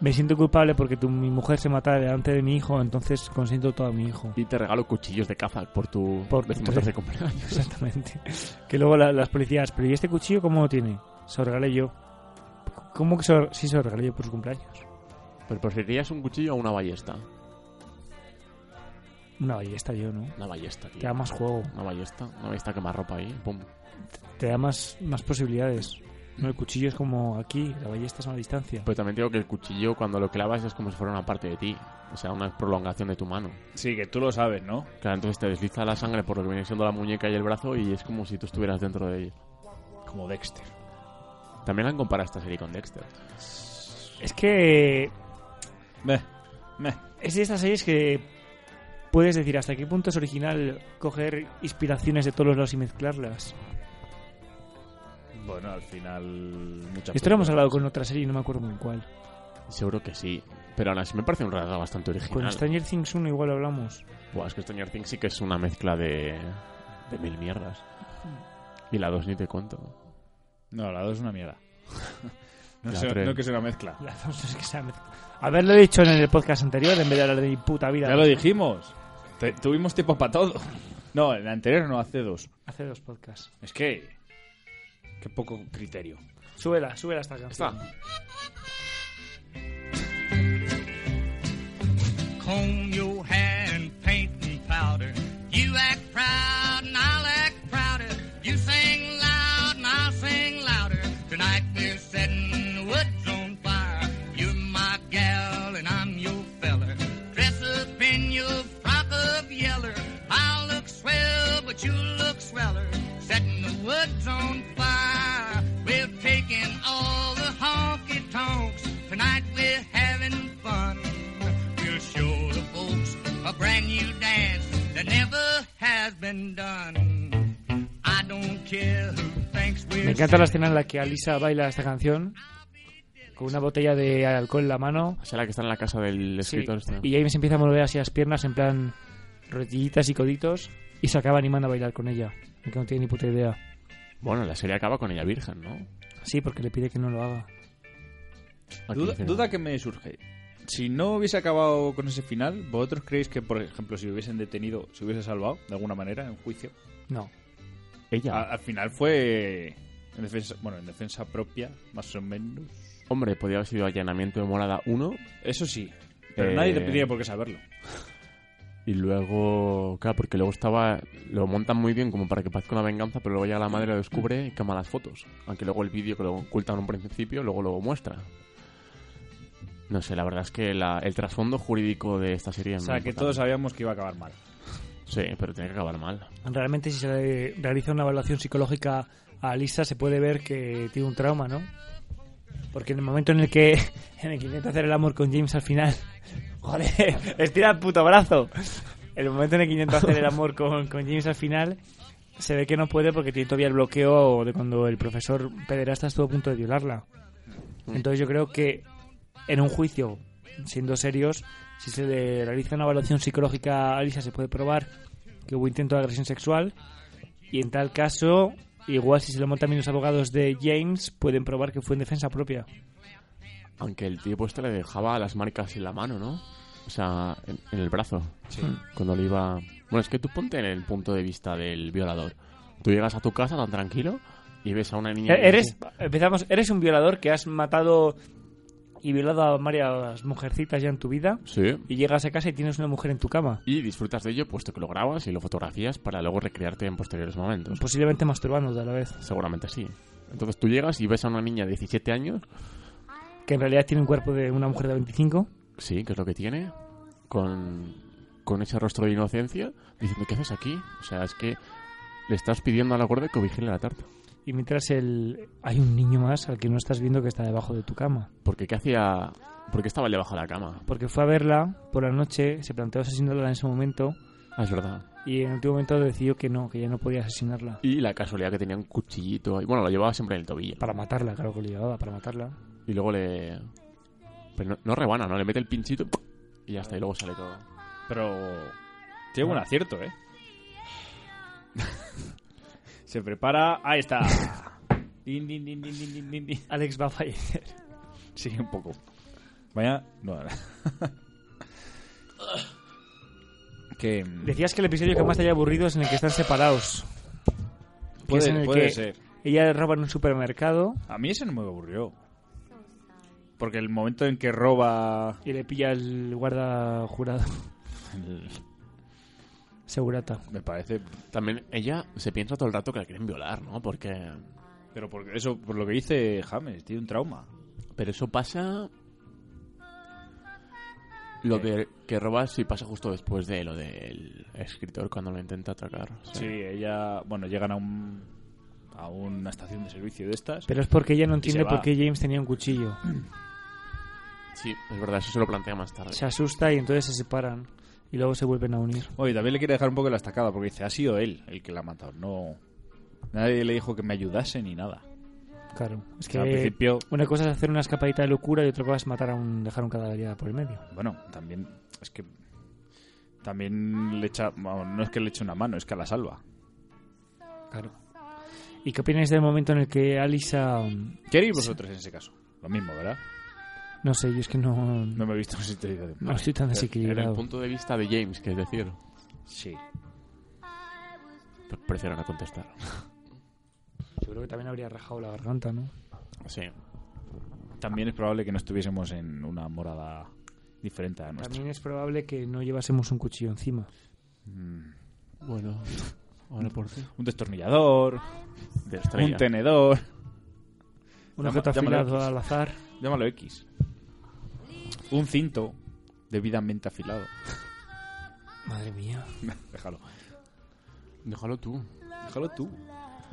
Me siento culpable porque tu, mi mujer se mata delante de mi hijo, entonces consiento todo a mi <laughs> hijo. Y te regalo cuchillos de caza por tu Por tu decimotercer tre- cumpleaños. Exactamente. Que luego la- las policías, pero ¿y este cuchillo cómo lo tiene? se lo regalé yo. ¿Cómo que se lo, sí se lo regalé yo por su cumpleaños? ¿Pero preferirías un cuchillo o una ballesta? Una ballesta yo, ¿no? Una ballesta, tío. Te da más juego, Una ballesta. Una ballesta que más ropa ahí. Pum. te da más, más posibilidades. No, el cuchillo es como aquí, la ballesta es a una distancia. Pero también te digo que el cuchillo, cuando lo clavas, es como si fuera una parte de ti. O sea, una prolongación de tu mano. Sí, que tú lo sabes, ¿no? Claro, entonces te desliza la sangre por lo que viene siendo la muñeca y el brazo y es como si tú estuvieras dentro de ella. Como Dexter. También han comparado esta serie con Dexter. Es que Meh, meh. es de estas series que puedes decir hasta qué punto es original coger inspiraciones de todos los lados y mezclarlas. Bueno, al final... Mucha Esto lo hemos puta. hablado con otra serie y no me acuerdo muy cuál. Seguro que sí. Pero aún así me parece un relato bastante Con este- original. Stranger Things 1 igual hablamos. <laughs> Buah, es que Stranger Things sí que es una mezcla de, de mil mierdas. Y la 2 ni te cuento. No, la 2 es una <laughs> mierda. No, La sé, tres. no que es una mezcla. La dos es que se ha mezclado. Haberlo dicho en el podcast anterior en vez de hablar de mi puta vida. Ya lo dijimos. Te- tuvimos tiempo para todo. No, el anterior no, hace dos. Hace dos podcasts. Es que... Qué poco criterio. Súbela, súbela esta canción. Está. comb your hair and paint and powder. You act proud and I'll act prouder. You sing loud and I'll sing louder. Tonight we're setting the woods on fire. You're my gal and I'm your feller. Dress up in your frock of yeller. I'll look swell, but you look sweller. Setting the woods on fire. We're taking all the honky tonks. Tonight we're having fun. We'll show the folks a brand new dance that never has been done. I don't care who thinks we're Me encanta la sad. escena en la que Alisa baila esta canción con una botella de alcohol en la mano. O sea, la que está en la casa del escritor. Sí. este. Y James empieza a mover así las piernas en plan rodillitas y coditos y se acaba animando a bailar con ella. Que no tiene ni puta idea. Bueno, la serie acaba con ella virgen, ¿no? Sí, porque le pide que no lo haga. Aquí Duda, dice- duda que me surge. Si no hubiese acabado con ese final, ¿vosotros creéis que, por ejemplo, si hubiesen detenido, se hubiese salvado de alguna manera en juicio? No. Ella. A- al final fue en defensa, bueno, en defensa propia, más o menos. Hombre, podía haber sido allanamiento de morada 1 Eso sí, pero Eh, nadie tendría por qué saberlo. y luego, claro, porque luego estaba, lo montan muy bien como para que parezca una venganza, pero luego ya la madre lo descubre y quema las fotos. Aunque luego el vídeo que lo ocultan en un principio, luego lo muestra. No sé, la verdad es que la- el trasfondo jurídico de esta serie... O es sea, muy que importante. todos sabíamos que iba a acabar mal. Sí, pero tiene que acabar mal. Realmente si se le realiza una evaluación psicológica a Alisa se puede ver que tiene un trauma, ¿no? Porque en el momento en el que, <laughs> en el que intenta hacer el amor con James al final... <laughs> Joder, estira el puto brazo. El momento en el que intenta hacer el amor con, con James al final se ve que no puede porque tiene todavía el bloqueo de cuando el profesor pederasta estuvo a punto de violarla. Entonces yo creo que en un juicio, siendo serios, si se le realiza una evaluación psicológica a Alisa se puede probar que hubo intento de agresión sexual y en tal caso, igual si se lo montan bien los abogados de James, pueden probar que fue en defensa propia. Aunque el tipo este le dejaba las marcas en la mano, ¿no? O sea, en, en el brazo. Sí. Cuando le iba... Bueno, es que tú ponte en el punto de vista del violador. Tú llegas a tu casa tan tranquilo y ves a una niña... E- Eres, empezamos, eres un violador que has matado y violado a varias mujercitas ya en tu vida Sí. y llegas a casa y tienes una mujer en tu cama, Y disfrutas de ello puesto que lo grabas y lo fotografías para luego recrearte en posteriores momentos. posiblemente masturbándote a la vez, Seguramente sí. Entonces tú llegas y ves a una niña de 17 años, que en realidad tiene un cuerpo de una mujer de 25. sí, que es lo que tiene, con, con ese rostro de inocencia, diciendo, ¿qué haces aquí? O sea, es que le estás pidiendo a la gorda que vigile la tarta. Y mientras el, hay un niño más al que no estás viendo que está debajo de tu cama. Porque ¿qué hacía? Porque estaba el debajo de la cama. Porque fue a verla por la noche, se planteó asesinarla en ese momento Ah, es verdad. y en el último momento decidió que no, que ya no podía asesinarla. Y la casualidad que tenía un cuchillito ahí. Bueno, lo llevaba siempre en el tobillo. Para matarla, claro que lo llevaba, para matarla. Y luego le... Pero no, no rebana, ¿no? Le mete el pinchito y ya está. Y luego sale todo. Pero tiene buen acierto, ¿eh? <laughs> Se prepara. Ahí está. Din, din, din, din, din, din, din, din. Alex va a fallecer. Sí, un poco. Vaya. No, <laughs> ahora. que. mm, Decías que el episodio que más te haya aburrido es en el que están separados. Que es en Puede, el puede que ser. Ella roba en un supermercado A mí ese no me aburrió. Porque el momento en que roba. <laughs> y le pilla el guarda jurado, <laughs> segurata. Me parece. También ella se piensa todo el rato que la quieren violar, ¿no? Porque... Pero porque eso, por lo que dice James, tiene un trauma. Pero eso pasa... Lo de que robas sí pasa justo después de lo del escritor cuando lo intenta atracar. o sea. Sí, ella. Bueno, llegan a un. a una estación de servicio de estas. Pero es porque ella no entiende va. por qué James tenía un cuchillo. Sí, es verdad, eso se lo plantea más tarde. Se asusta y entonces se separan. Y luego se vuelven a unir. Oye, también le quiere dejar un poco la estacada porque dice, ha sido él el que la ha matado. No. Nadie le dijo que me ayudase ni nada. Claro. Es O que sea, al principio, una cosa es hacer una escapadita de locura y otra cosa es matar a un, dejar un cadáver ya por el medio. bueno, también es que también le echa, vamos, no es que le eche una mano, es que la salva. Claro. ¿Y qué opináis del momento en el que Alisa... mm, ¿Qué haréis vosotros en ese caso? Lo mismo, ¿verdad? No sé, yo es que no, No me he visto <laughs> en esa situación. no estoy tan Desde el desequilibrado. punto de vista de James, que es decir, Sí. pre- prefiero no contestar. <laughs> Yo creo que también habría rajado la garganta, ¿no? Sí. También es probable que no estuviésemos en una morada diferente a la nuestra. También es probable que no llevásemos un cuchillo encima. Bueno, ahora por qué. Un destornillador, De un estrella. tenedor. Un Llama- objeto llámalo afilado X. al azar. Llámalo X. Un cinto debidamente afilado. <laughs> Madre mía. Déjalo. Déjalo tú. Déjalo tú.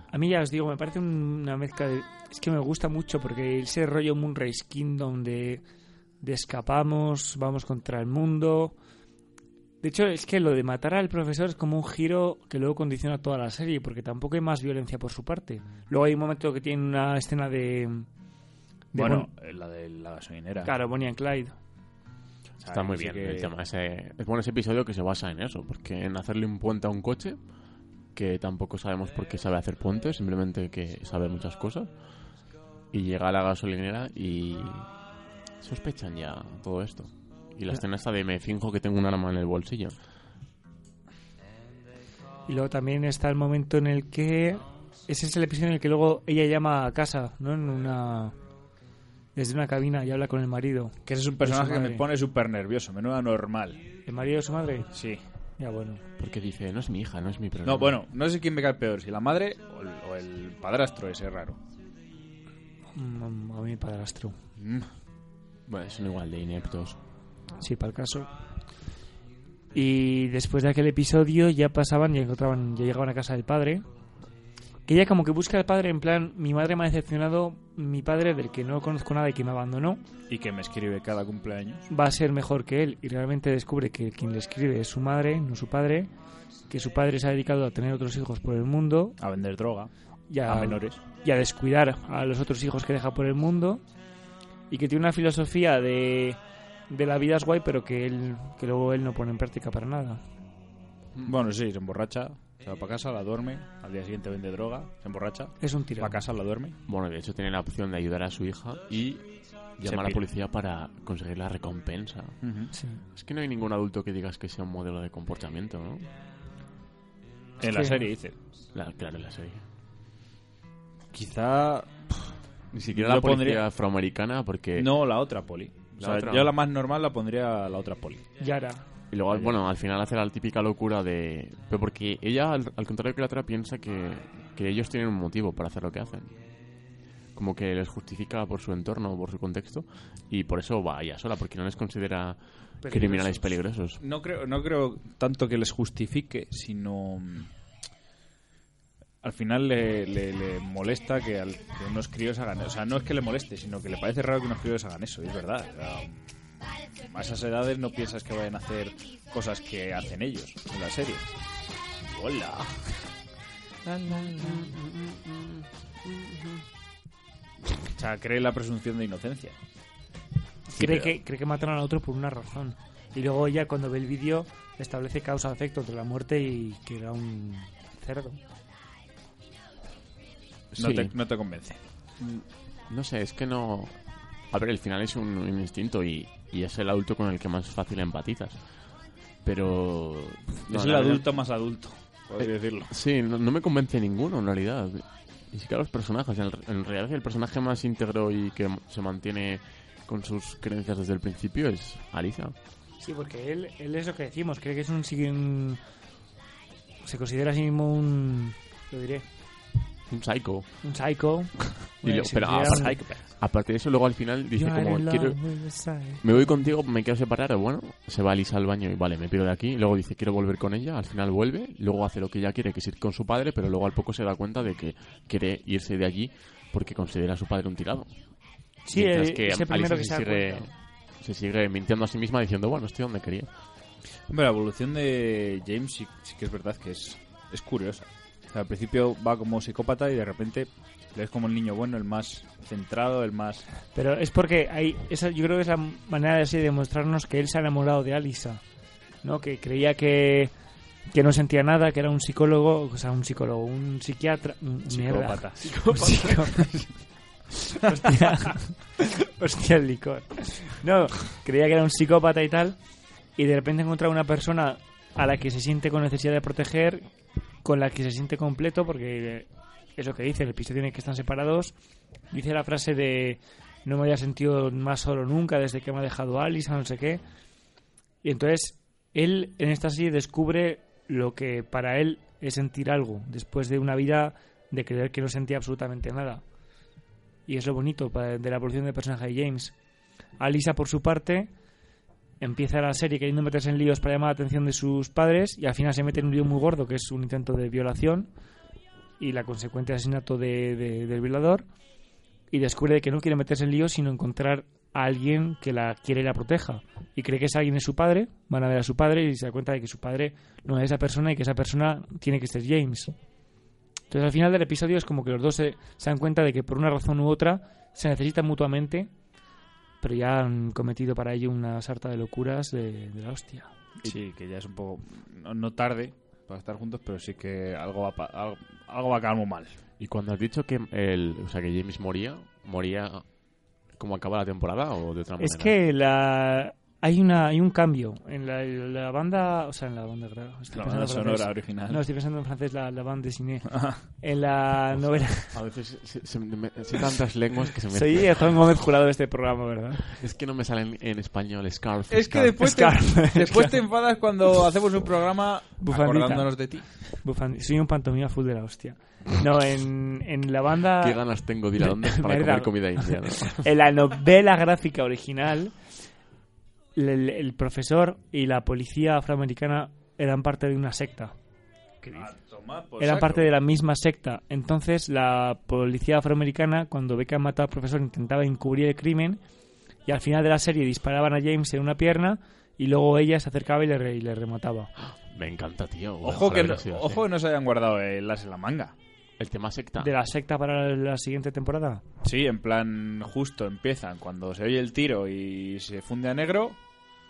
A mí ya os digo, me parece una mezcla de... Es que me gusta mucho porque ese rollo Moonrise Kingdom de, de escapamos, vamos contra el mundo... De hecho, es que lo de matar al profesor es como un giro que luego condiciona toda la serie, porque tampoco hay más violencia por su parte. Luego hay un momento que tiene una escena de... de bueno, Bon- eh, la de la gasolinera. claro, Bonnie and Clyde. O sea, Está muy sí bien que- el tema ese. Es bueno ese episodio que se basa en eso, porque en hacerle un puente a un coche, que tampoco sabemos por qué sabe hacer puentes, simplemente que sabe muchas cosas. Y llega a la gasolinera y sospechan ya todo esto. Y Eh. la escena está de me finjo que tengo un arma en el bolsillo. Y luego también está el momento en el que. Ese es el episodio en el que luego ella llama a casa, ¿no? En una. Desde una cabina y habla con el marido. Que ese es un De personaje su que me madre. pone súper nervioso, menuda normal. ¿El marido de su madre? Sí. Ya bueno. Porque dice, no es mi hija, no es mi problema. No, bueno, no sé quién me cae peor, si la madre o el, o el padrastro ese raro. Mm, A mí padrastro. Mm. Bueno, son igual de ineptos. Sí, para el caso. Y después de aquel episodio ya pasaban y encontraban, ya llegaban a casa del padre. Que ella como que busca al padre en plan, mi madre me ha decepcionado, mi padre del que no conozco nada y que me abandonó, Y que me escribe cada cumpleaños. va a ser mejor que él y realmente descubre que quien le escribe es su madre, no su padre, que su padre se ha dedicado a tener otros hijos por el mundo A vender droga. y a, A menores. y a descuidar a los otros hijos que deja por el mundo y que tiene una filosofía de, de la vida es guay pero que él que luego él no pone en práctica para nada. Mm. Bueno, sí, se emborracha, se va para casa, la duerme. Al día siguiente vende droga, se emborracha. Es un Va tirón. a casa, la duerme. Bueno, de hecho tiene la opción de ayudar a su hija y llamar a pira. la policía para conseguir la recompensa. Sí. Es que no hay ningún adulto que digas que sea un modelo de comportamiento, ¿no? En la que- serie dice. La- claro, la serie. Quizá. Ni siquiera Yo la policía pondría- afroamericana porque... No, la otra poli. O La sea, otra. Yo la más normal la pondría la otra poli. Yara. Y luego, bueno, al final hace la típica locura de... Pero porque ella, al, al contrario que la otra, piensa que, que ellos tienen un motivo para hacer lo que hacen. Como que les justifica por su entorno, por su contexto. Y por eso va ella sola, porque no les considera criminales peligrosos. No creo, no creo tanto que les justifique, sino. mm, Al final le, le- le molesta que, al- que unos críos hagan eso. O sea, no es que le moleste, sino que le parece raro que unos críos hagan eso, y es verdad. O sea, mm, a esas edades no piensas que vayan a hacer cosas que hacen ellos en la serie. <laughs> ¡Hola! O sea, cree la presunción de inocencia. cree, pero- que, cree que mataron al otro por una razón. Y luego ella cuando ve el vídeo establece causa-efecto de la muerte y que era un cerdo. No, Sí. te, no te convence. No sé, es que no... A ver, el final es un, un instinto y, y es el adulto con el que más fácil empatizas. Pero... no, la es el verdad- Eh, adulto más adulto, podría decirlo. Sí, no, no me convence ninguno en realidad. Y sí que a los personajes. En, en realidad, el personaje más íntegro y que se mantiene con sus creencias desde el principio es Alisa. Sí, porque él, él es lo que decimos, cree que es un, sí- un- Se considera a sí mismo un... Lo diré. Un psycho. <laughs> Un psycho. Y lo- pero una excentricidad, un- aparte, aparte de eso, luego al final dice You are como in love quiero, with the psycho. me voy contigo, me quiero separar, bueno, se va Lisa al baño y vale, me pido de aquí, luego dice quiero volver con ella, al final vuelve, luego hace lo que ella quiere, que es ir con su padre, pero luego al poco se da cuenta de que quiere irse de allí porque considera a su padre un tirado. Sí, Mientras eh, que es Alicia el primero que se, se da sigue, cuenta. se sigue mintiendo a sí misma diciendo, bueno, estoy donde quería. Hombre, la evolución de James sí, sí que es verdad que es, es curiosa. O sea, al principio va como psicópata y de repente le ves como el niño bueno, el más centrado, el más... Pero es porque hay esa, yo creo que es la manera así de mostrarnos que él se ha enamorado de Alisa, ¿no? Que creía que, que no sentía nada, que era un psicólogo, o sea, un psicólogo, un psiquiatra, un mierda. Psicópata. Un psicópata. <laughs> Hostia. Hostia, el licor. No, creía que era un psicópata y tal, y de repente encontraba una persona a la que se siente con necesidad de proteger, con la que se siente completo, porque eh, es lo que dice, el episodio en el que están separados, dice la frase de no me había sentido más solo nunca desde que me ha dejado Alice, no sé qué. Y entonces él en esta serie descubre lo que para él es sentir algo, después de una vida de creer que no sentía absolutamente nada. Y es lo bonito pa- de la evolución del personaje de James. Alisa, por su parte, empieza la serie queriendo meterse en líos para llamar la atención de sus padres y al final se mete en un lío muy gordo que es un intento de violación y la consecuente asesinato de- de- del violador y descubre que no quiere meterse en líos sino encontrar a alguien que la quiere y la proteja y cree que es alguien es su padre van a ver a su padre y se da cuenta de que su padre no es esa persona y que esa persona tiene que ser James entonces al final del episodio es como que los dos se, se dan cuenta de que por una razón u otra se necesitan mutuamente pero ya han cometido para ello una sarta de locuras de, de la hostia Sí, que ya es un poco... No, no tarde para estar juntos, pero sí que algo va, pa- algo, algo va a acabar muy mal. Y cuando has dicho que el, o sea, que James moría, moría como acaba la temporada o de otra manera. Es que la hay una hay un cambio en la, la banda, o sea, en la banda, claro, estoy pensando La banda en francés. sonora original. pues No, estoy pensando en francés la, la banda de <laughs> cine. En la novela. a veces se, se me- sé tantas lenguas que se me <laughs> Pues, Soy el Juan Gómez jurado de este programa, ¿verdad? Es que no me salen en español Scarf. Es que Scarf. después, te, Scarf. <laughs> después te enfadas cuando hacemos un programa Bufandita. acordándonos de ti. Bufandi- Soy un pantomima full de la hostia. No, en, en la banda. ¿Qué ganas tengo de ir a Londres para comer Verdad. comida <laughs> indiana? en la novela gráfica original, el, el- el profesor y la policía afroamericana eran parte de una secta. Ah, pues Pues Eran parte de la misma secta. Entonces, la policía afroamericana, cuando Beckham mató al profesor, intentaba encubrir el crimen. Y al final de la serie disparaban a James en una pierna. Y luego ella se acercaba y le, re- y le remataba. Me encanta, tío. Ojo, Ojalá que no, hubiera sido así. ojo que no se hayan guardado el as en la manga. El tema secta. ¿De la secta para la siguiente temporada? Sí, en plan justo empiezan cuando se oye el tiro y se funde a negro.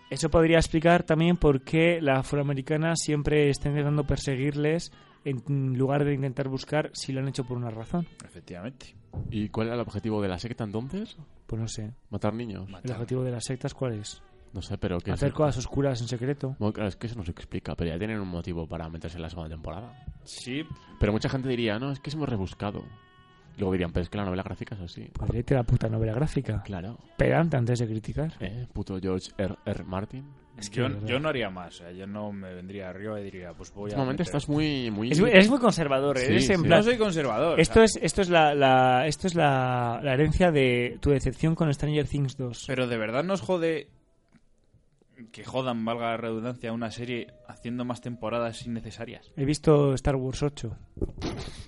Eso podría explicar también por qué la afroamericana siempre está intentando perseguirles en lugar de intentar buscar si lo han hecho por una razón. Efectivamente. ¿Y cuál era el objetivo de la secta entonces? Pues no sé. ¿Matar niños? ¿El objetivo de las sectas cuál es? No sé, pero que... Hacer cosas oscuras en secreto. Bueno, claro, es que eso no se explica, pero ya tienen un motivo para meterse en la segunda temporada. Sí, Pero mucha gente diría, no, es que es muy rebuscado. Luego dirían, pero es que la novela gráfica es así. Pues léete la puta novela gráfica. Claro. Pedante antes de criticar. ¿Eh? Puto George R. R. Martin. Es que yo, de verdad. yo no haría más. o sea, yo no me vendría arriba y diría, pues voy a. Últimamente meter- estás muy... muy... Es, muy- eres muy conservador, Sí, eres en sí. plan- No soy conservador. Esto o sea, es, esto es, la, la- esto es la, la herencia de tu decepción con Stranger Things 2. Pero de verdad nos jode. Que jodan, valga la redundancia, una serie haciendo más temporadas innecesarias. He visto Star Wars 8.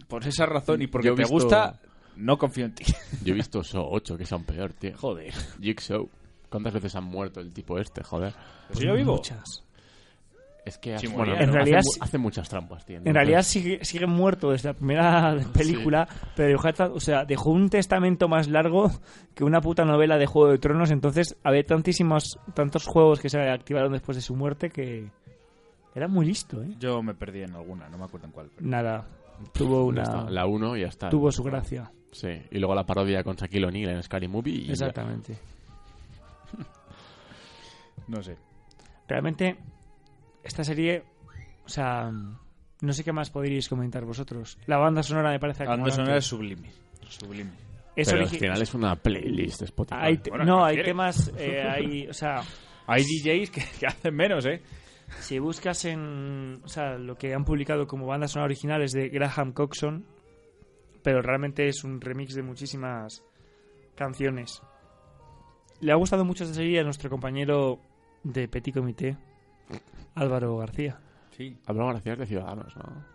Por esa razón y porque Yo he te visto- gusta, no confío en ti. <laughs> Yo he visto So 8, que son peor, tío. Joder. Jigsaw. ¿Cuántas veces han muerto el tipo este? Joder. Pues yo vivo. Muchas. Es que hace, Sí, bueno, murieron. En realidad hace, sí- mu- hace muchas trampas, tío. En realidad sigue, sigue muerto desde la primera película, pero dejó, hasta- o sea, dejó un testamento más largo que una puta novela de Juego de Tronos. Entonces había tantísimos, tantos juegos que se activaron después de su muerte que era muy listo, ¿eh? Yo me perdí en alguna, no me acuerdo en cuál. pero- Nada, tuvo Ya una, está, la 1 y ya está. tuvo su gracia, Sí, y luego la parodia con Shaquille O'Neal en Scary Movie. Y ya. exactamente. No sé. Realmente esta serie, o sea, No sé qué más podríais comentar vosotros. La banda sonora me parece La banda sonora acojonante. es sublime. Sublime. Es Pero al origi- final es una playlist de Spotify. hay te- Bueno, no, ¿qué hay quieres? temas. eh, hay, o sea, Hay DJs que, que hacen menos, ¿eh? si buscas en. O sea, lo que han publicado como banda sonora original es de Graham Coxon. Pero realmente es un remix de muchísimas canciones. Le ha gustado mucho esta serie a nuestro compañero de Petit Comité, Álvaro García. Sí. Hablamos gracias de Ciudadanos, ¿no?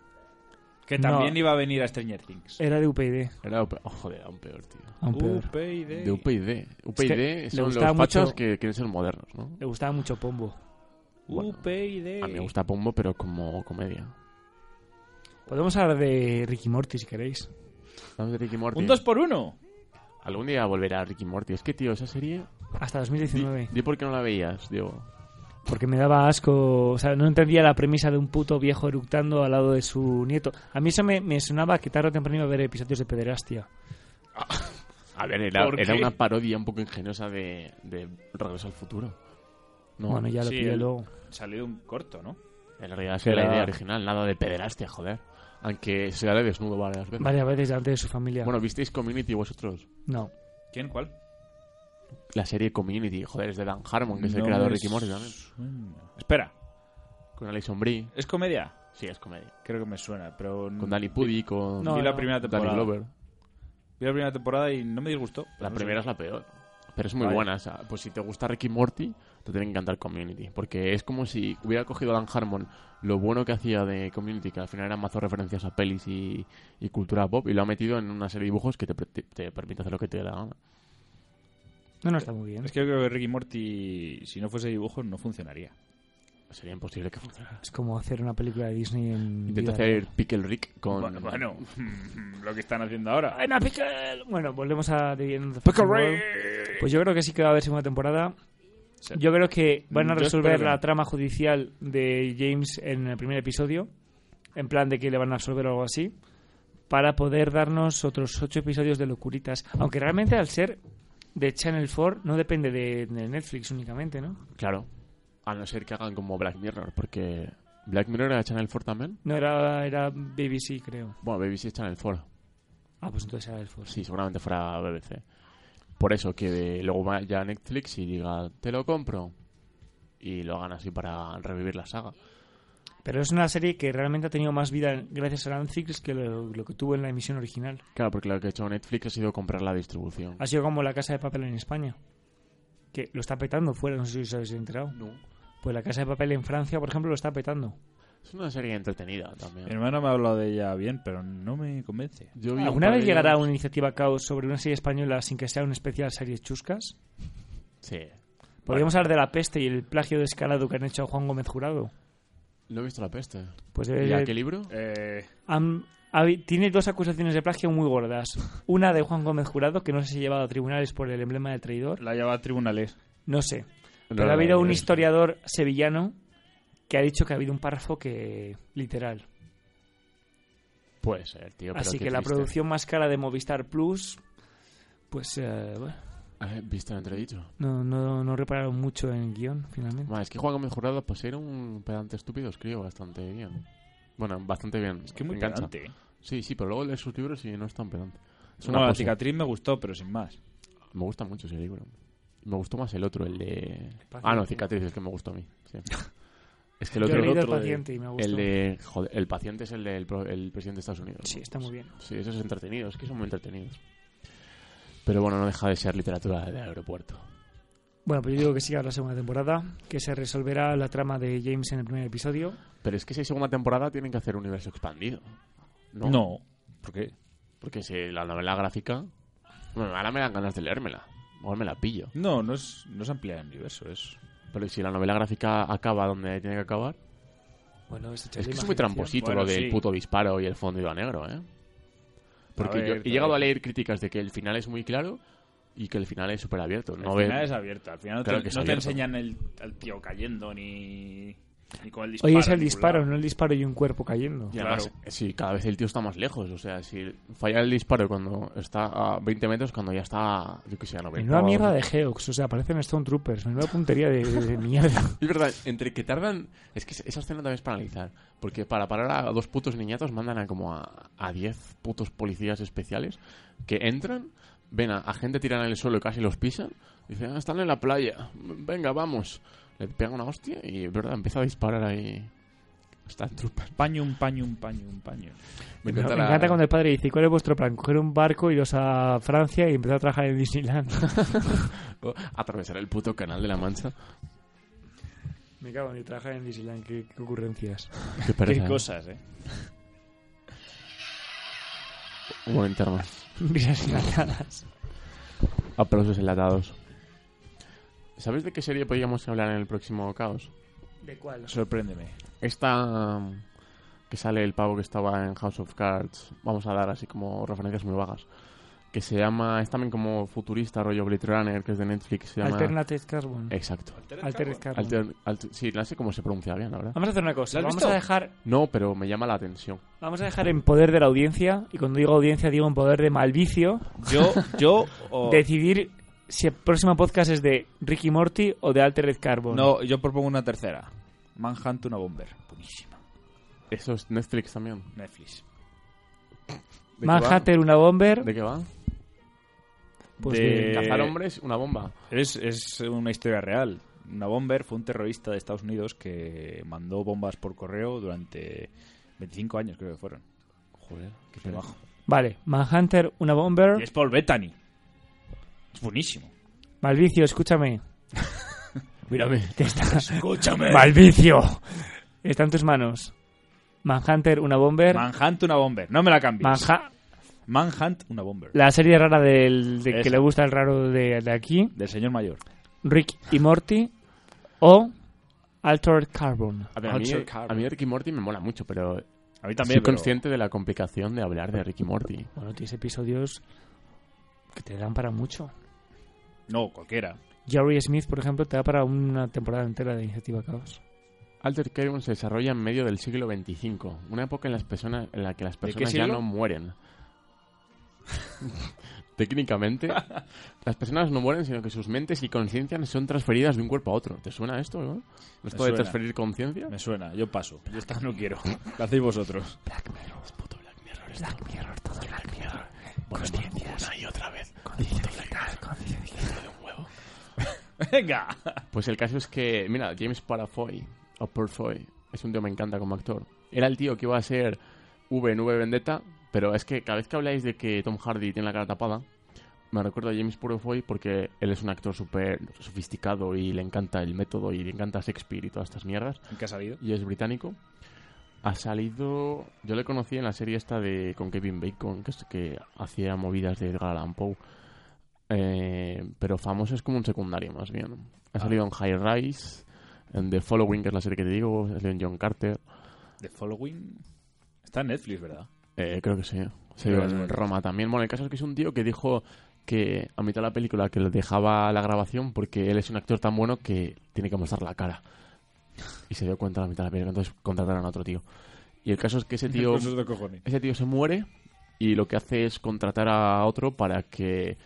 Que No. Eh, también iba a venir a Stranger Things. Era de UPD. Era UP... oh, joder, aún peor, tío. aún peor. UPyD. De UPyD. UPyD que le son gustaba los fachos mucho- que quieren ser modernos, ¿no? Le gustaba mucho Pombo. Bueno, UPyD. A mí me gusta Pombo, pero como comedia. Podemos hablar de Ricky Morty si queréis. Hablamos de Ricky Morty. Un 2 por 1 Algún día volverá Ricky Morty. Es que, tío, esa serie... Hasta Di, 2019. di por qué no la veías, digo. Porque me daba asco. O sea, no entendía la premisa de un puto viejo eructando al lado de su nieto. A mí eso me, me sonaba que tarde o temprano iba a ver episodios de pederastia. A ver, era, ¿Por era qué? una parodia un poco ingeniosa de, de Regreso al Futuro. No, bueno, ya lo sí, pillé el- luego. Salió un corto, ¿no? En realidad esa era la Era- idea original, nada de pederastia, joder. Aunque se sale desnudo varias veces. Varias veces antes de su familia. Bueno, ¿visteis Community vosotros? no. ¿Quién? ¿Cuál? La serie Community, joder, es de Dan Harmon, que es el No creador de me Ricky Morty también. suena. Espera, Con Alison Brie. ¿es comedia? Sí, es comedia. Creo que me suena, pero... Con Dali Pudi, con No, Mm. vi no. la primera Danny temporada. Glover. Vi la primera temporada y no me disgustó. La No primera sé. es la peor. Pero es muy Vale. buena. o sea, pues si te gusta Ricky Morty, te tiene que encantar Community. Porque es como si hubiera cogido Dan Harmon lo bueno que hacía de Community, que al final eran mazo referencias a pelis y, y cultura pop, y lo ha metido en una serie de dibujos que te, pre- te- te permite hacer lo que te dé la gana. No, no está muy bien. Es que yo creo que Ricky Morty, si no fuese dibujos, no funcionaría. Sería imposible que funcionara. Es como hacer una película de Disney en. Intenta vida hacer real. Pickle Rick con... eh. Bueno, bueno, <laughs> lo que están haciendo ahora. ¡Ay, no, Pickle! Bueno, volvemos a The End of the Pickle Fucking World. Rick. Pues yo creo que sí que va a haber segunda temporada. Sí. Yo creo que van a Mm, Yo resolver espero que la no. trama judicial de James en el primer episodio, en plan de que le van a resolver o algo así, para poder darnos otros ocho episodios de locuritas. Aunque realmente al ser de Channel 4 no depende de, de Netflix únicamente, ¿no? Claro. A no ser que hagan como Black Mirror, porque... ¿Black Mirror era Channel 4 también? No era, era BBC, creo. Bueno, BBC es Channel 4. Ah, pues entonces era el 4. Sí, seguramente fuera BBC. Por eso que de- luego vaya a Netflix y diga, te lo compro. Y lo hagan así para revivir la saga. Pero es una serie que realmente ha tenido más vida gracias a Netflix que lo, lo que tuvo en la emisión original. Claro, porque lo que ha hecho Netflix ha sido comprar la distribución. Ha sido como La Casa de Papel en España, que lo está petando fuera, no sé si os habéis enterado. Pues la Casa de Papel en Francia, por ejemplo, lo está petando. Es una serie entretenida también. Mi hermana me ha hablado de ella bien, pero no me convence. Yo vi un ¿Alguna par vez de llegará vídeos- una iniciativa caos sobre una serie española sin que sea un especial serie chuscas? Sí. Podríamos hablar de la peste y el plagio de escalado que han hecho a Juan Gómez Jurado. No he visto la peste. Pues debe ¿Y de- a qué libro? Eh, han- habi- tiene dos acusaciones de plagio muy gordas. Una de Juan Gómez Jurado, que no sé si ha llevado a tribunales por el emblema de traidor. la lleva a tribunales. No sé. No, Pero no, ha habido no, un no. historiador sevillano que ha dicho que ha habido un párrafo que literal. Puede ser, tío. pero Así qué que la triste. producción más cara de Movistar Plus, pues eh, bueno, Eh, ¿Viste el entredicho? no, no, no repararon mucho en el guión finalmente. Bueno, es que Juan Gómez Jurado, pues era un pedante estúpido, escribió bastante bien. Bueno, bastante bien. Es que muy Engancha. pedante. ¿eh? Sí, sí, pero luego lees sus libros y no es tan pedante. Es No, una la pose. cicatriz me gustó, pero sin más. Me gusta mucho ese libro. Me gustó más el otro, el de... paciente. Ah, no, Cicatriz, es que me gustó a mí. sí. <laughs> Es que el Yo otro... he leído el, otro el de- paciente y me gustó. el de... Joder, el paciente es el del pro- el presidente de Estados Unidos. Sí, está muy bien. Sí, eso es entretenido, es que son muy entretenidos. Pero bueno, no deja de ser literatura del aeropuerto. Bueno, pues yo digo que siga la segunda temporada, que se resolverá la trama de James en el primer episodio. Pero es que si hay segunda temporada tienen que hacer universo expandido. No. ¿Por qué? Porque si la novela gráfica... Bueno, ahora me dan ganas de leérmela. Ahora me la pillo. No, no es, no es ampliar el universo, es... Pero si la novela gráfica acaba donde tiene que acabar... Bueno, es, Es que es muy tramposito Bueno, lo del sí. puto disparo y el fondo iba negro, ¿eh? Porque A ver, yo a he llegado a ver. leer críticas de que el final es muy claro y que el final es súper abierto. No al ve- final es abierto, al final no Claro te, que es no te abierto. enseñan el, al tío cayendo ni... Y con el disparo Oye, es el en ningún disparo, lado. no el disparo y un cuerpo cayendo. Y además, Claro. sí, cada vez el tío está más lejos. O sea, si falla el disparo cuando está a 20 metros, cuando ya está, yo que sé, a 90. Menuda o algo. mierda de Geox, o sea, parecen Stone Troopers, menuda puntería de, de- <laughs> de mierda. Es verdad, entre que tardan. Es que esa escena también es para analizar. Porque para parar a dos putos niñatos mandan a como a, a 10 putos policías especiales que entran, ven a, a gente tirada en el suelo y casi los pisan. Dicen, "Ah, están en la playa, venga, vamos. Le pegan una hostia y, es verdad, empieza a disparar ahí. Está en trupa. Pañum, pañum, pañum, pañum. Me Me encanta la- encanta cuando el padre dice, ¿cuál es vuestro plan? Coger un barco, iros a Francia y empezar a trabajar en Disneyland. atravesar el puto canal de la Mancha. Me cago en el trabajar en Disneyland, qué, qué <laughs> ocurrencias. Qué pereza. Qué cosas, eh. Un momento más. Risas enlatadas. Aplausos enlatados. ¿Sabes de qué serie podríamos hablar en el próximo caos? ¿De cuál? Sorpréndeme. Esta mm, que sale el pavo que estaba en House of Cards, vamos a dar así como referencias muy vagas, que se llama, es también como futurista, rollo Blade Runner, que es de Netflix, se llama... Alternative Carbon. Exacto. Altered Carbon. Alter- alter- sí, no sé cómo se pronuncia bien, la verdad. Vamos a hacer una cosa, ¿Lo has vamos visto? a dejar No, pero me llama la atención. vamos a dejar en poder de la audiencia, y cuando digo audiencia digo en poder de Malvicio, Yo, yo, <laughs> o- decidir si el próximo podcast es de Ricky Morty o de Altered Carbon. no, yo propongo una tercera. Manhunt una bomber. Buenísima. Eso es Netflix también. Netflix. ¿De qué va? Manhunter, una bomber. ¿De qué va? Pues de- de- Cazar hombres, una bomba. Es, es una historia real. Una bomber fue un terrorista de Estados Unidos que mandó bombas por correo durante 25 años, creo que fueron. Joder, qué trabajo. Vale, Manhunter, una bomber. Y es Paul Bettany. Es buenísimo. Malvicio, escúchame. Mírame. Te está- Escúchame. Malvicio. Está en tus manos. Manhunter, una bomber. Manhunt una bomber. No me la cambies. Manha- Manhunt una bomber. la serie rara del, de que Esa. le gusta el raro de, de aquí. Del señor mayor. Rick y Morty. O Altered Carbon. A, ver, a mí, Hot Shot a mí Ricky Morty me mola mucho, pero A mí soy también. pero- consciente de la complicación de hablar de Ricky Morty. Bueno, tienes episodios que te dan para mucho. No, cualquiera. Jerry Smith, por ejemplo, te da para una temporada entera de Iniciativa Caos. Alter Carbon se desarrolla en medio del siglo XXV, una época en, las personas, en la que las qué personas ya siglo? no mueren. <laughs> <laughs> Técnicamente, las personas no mueren, sino que sus mentes y conciencia son transferidas de un cuerpo a otro. ¿Te suena esto? No? ¿Esto de suena. transferir conciencia? Me suena. Yo paso. Yo esta no quiero. Lo hacéis vosotros. <laughs> Black Mirror, es puto Black Mirror, es Black Mirror, todo Black Mirror. Una y pues otra vez. de un huevo. Venga. Pues el caso es que, mira, James Parafoy, o Purfoy, es un tío que me encanta como actor. Era el tío que iba a ser V en V Vendetta, pero es que cada vez que habláis de que Tom Hardy tiene la cara tapada, me recuerdo a James Purfoy porque él es un actor súper sofisticado y le encanta el método y le encanta Shakespeare y todas estas mierdas, ¿En qué ha salido? y es británico. Ha salido... Yo le conocí en la serie esta de con Kevin Bacon, que, es- que hacía movidas de Edgar Allan Poe. Eh, pero famoso es como un secundario, más bien. Ha salido en High Rise, en The Following, que es la serie que te digo, ha salido en John Carter. The Following. Está en Netflix, ¿verdad? Eh, creo que sí. Sí, Creo que en sí. Roma también. Bueno, el caso es que es un tío que dijo que a mitad de la película que le dejaba la grabación porque él es un actor tan bueno que tiene que mostrar la cara. Y se dio cuenta a la mitad de la película, entonces contrataron a otro tío. Y el caso es que ese <laughs> tío... Cosas de cojones. Ese tío se muere y lo que hace es contratar a otro para que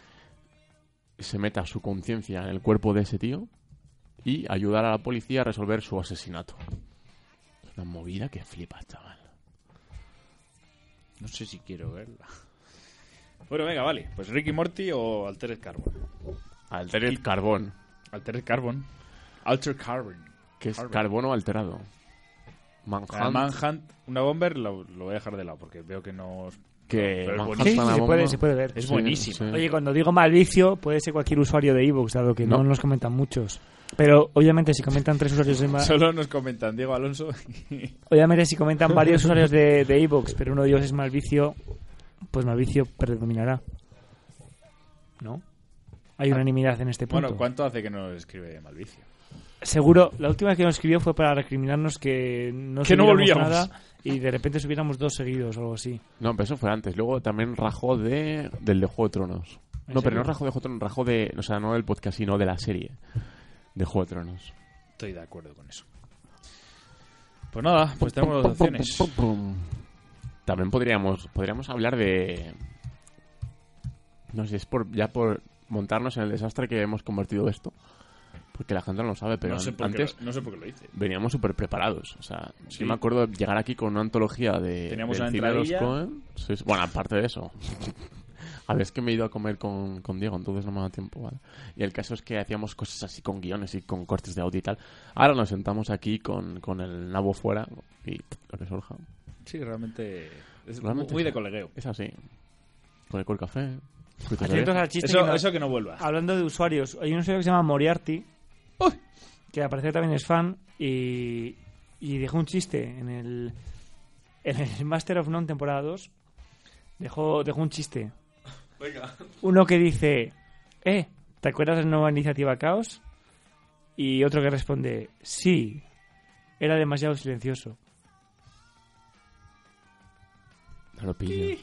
se meta su conciencia en el cuerpo de ese tío y ayudar a la policía a resolver su asesinato. Es una movida que flipa, chaval. No sé si quiero verla. Bueno, venga, vale. Pues Ricky Morty o Altered Carbon. Altered carbón, Altered Carbon. Altered Carbon. que es Carbon. carbono alterado. Ah, Manhunt, Manhunt, una bomber, lo, lo voy a dejar de lado porque veo que no. os- que Pero es Manhunt buenísimo. está en la se puede, bomba. se puede ver. Es Sí, buenísimo. sí. Oye, cuando digo Malvicio, puede ser cualquier usuario de Evox, dado que no. No. nos comentan muchos. Pero obviamente si comentan tres usuarios de Ma- Solo nos comentan Diego Alonso. obviamente si <laughs> comentan varios usuarios de de Evox, pero uno de ellos es Malvicio, pues Malvicio predominará. ¿No? Hay unanimidad en este punto. Ah. bueno, ¿cuánto hace que no escribe Malvicio? Seguro, la última vez que nos escribió fue para recriminarnos que no Que no subiéramos volvíamos. nada y de repente subiéramos dos seguidos o algo así. No, pero eso fue antes. Luego también rajó de, del de Juego de Tronos. ¿En No, pero serio? no rajó de Juego de Tronos, rajó de... O sea, no del podcast, sino de la serie de Juego de Tronos. Estoy de acuerdo con eso. Pues nada, pues tenemos dos opciones. También podríamos, podríamos hablar de. No sé, es por, ya por montarnos en el desastre que hemos convertido esto. Porque la gente no lo sabe, pero no, sé an- por qué, antes lo- no sé por qué lo hice. veníamos súper preparados. O sea, Sí. yo me acuerdo de llegar aquí con una antología de. Teníamos del la cine de los entradilla. Coen. Sí, sí. Bueno, aparte de eso. <laughs> A ver, es que me he ido a comer con, con Diego, entonces no me ha dado tiempo, ¿vale? Y el caso es que hacíamos cosas así con guiones y con cortes de audio y tal. Ahora nos sentamos aquí con, con el nabo fuera y lo que surja. Sí, realmente. Es Realmente muy sí. de colegueo. Es así. Con el cool café. frutas de Atentos oreja. al chiste Eso, que no- Ah, eso que no vuelva. Hablando de usuarios, hay un usuario que se llama Moriarty, que al parecer también es fan, y, y dejó un chiste en el, en el <laughs> Master of None temporada 2. Dejó, dejó un chiste. Uno que dice, eh, ¿te acuerdas de la nueva iniciativa Caos? Y otro que responde, sí, era demasiado silencioso. No lo pillo.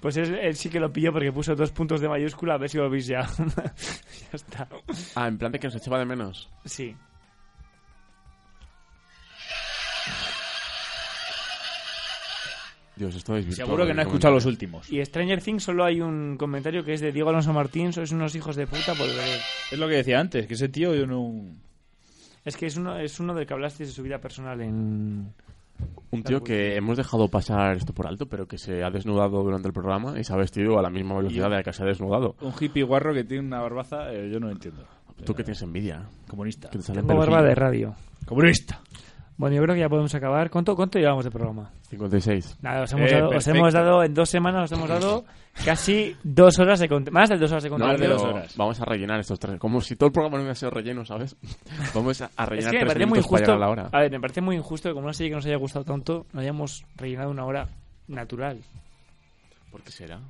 Pues él, él sí que lo pilló porque puso dos puntos de mayúscula, a ver si lo veis ya. <laughs> ya está. Ah, en plan de que nos echaba de menos. Sí. Dios, esto es Seguro que no he escuchado los últimos. Y Stranger Things solo hay un comentario que es de Diego Alonso Martín, sois unos hijos de puta por ver. Es lo que decía antes, que ese tío yo no. Es que es uno, es uno del que hablasteis de su vida personal en... Un tío que hemos dejado pasar esto por alto, pero que se ha desnudado durante el programa y se ha vestido a la misma velocidad de la que se ha desnudado. Un hippie guarro que tiene una barbaza, eh, yo no lo entiendo. Ah. Eh, Tú que tienes envidia. Comunista. Que te sale Eh, Tengo barba perfil. de radio. Comunista. Bueno, yo creo que ya podemos acabar. ¿Cuánto, cuánto llevamos de programa? 56. Nada, os hemos, Eh, dado, os perfecto. hemos dado, en dos semanas os hemos dado casi dos horas de contenido. Más de dos horas de No, contenido. pero dos horas. Vamos a rellenar estos tres. Como si todo el programa no hubiera sido relleno, <laughs> ¿sabes? Vamos a, a Es rellenar que me tres parece muy minutos para injusto. llegar a la hora. A ver, me parece muy injusto que como una serie que nos haya gustado tanto, no hayamos rellenado una hora natural. ¿Por qué será?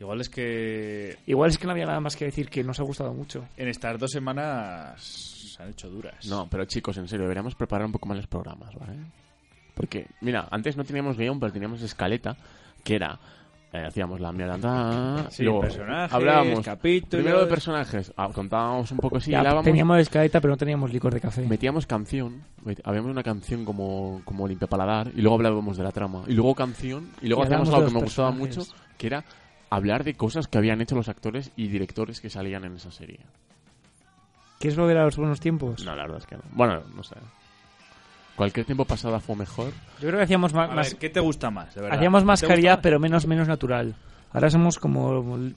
Igual es que Igual es que no había nada más que decir que nos ha gustado mucho. en estas dos semanas se han hecho duras. No, pero chicos, en serio, deberíamos preparar un poco más los programas, ¿vale? Porque, mira, antes no teníamos guión, pero teníamos escaleta, que era... eh, hacíamos la mierda... ta, Sí, luego personajes, hablábamos capítulos. primero de personajes, ah, contábamos un poco si Ya, teníamos escaleta, pero no teníamos licor de café. metíamos canción, met- habíamos una canción como, como limpiapaladar y luego hablábamos de la trama y luego canción y luego Y hacíamos hablábamos de algo que los me gustaba mucho, personajes. que era hablar de cosas que habían hecho los actores y directores que salían en esa serie. ¿Quieres volver a los buenos tiempos? No, la verdad es que no. Bueno, no sé. Cualquier tiempo pasada fue mejor. Yo creo que hacíamos ma- A más, ver, ¿qué te gusta más? De verdad? hacíamos más ¿Qué te gusta calidad, pero menos, menos natural. Ahora somos como el-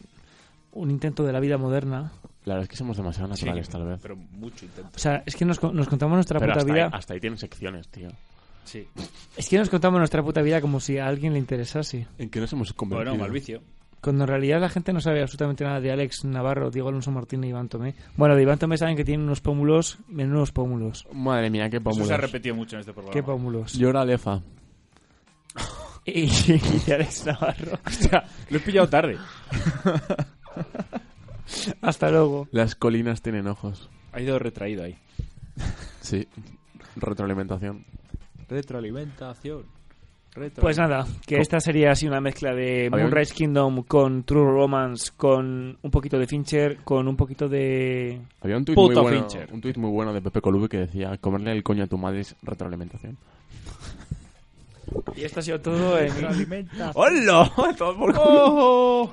un intento de la vida moderna. La verdad es que somos demasiado Sí, naturales, tal vez. Pero mucho intento. O sea, es que nos, co- nos contamos nuestra Pero puta hasta vida. ahí, hasta ahí tienen secciones, tío. Sí. Es que nos contamos nuestra puta vida como si a alguien le interesase. ¿En qué nos hemos convertido? Bueno, mal vicio. Cuando en realidad la gente no sabe absolutamente nada de Alex Navarro, Diego Alonso Martín y Iván Tomé. Bueno, de Iván Tomé saben que tiene unos pómulos, menudos pómulos. Madre mía, qué Eso pómulos. se ha repetido mucho en este programa. ¿Qué pómulos? Llora Lefa. <laughs> Y, y de Alex Navarro. <laughs> Lo he pillado tarde. Hasta luego. Las colinas tienen ojos. Ha ido retraído ahí. Sí. Retroalimentación. Retroalimentación. Retro... Pues nada, que esta sería así una mezcla de Había un- Moonrise Kingdom con True Romance, con un poquito de Fincher, con un poquito de... Había un tuit muy Puto bueno, Fincher. un tuit muy bueno de Pepe Colube que decía comerle el coño a tu madre es retroalimentación. Y esto ha sido todo en... <laughs> ¡Hola! <laughs> ¡Oh!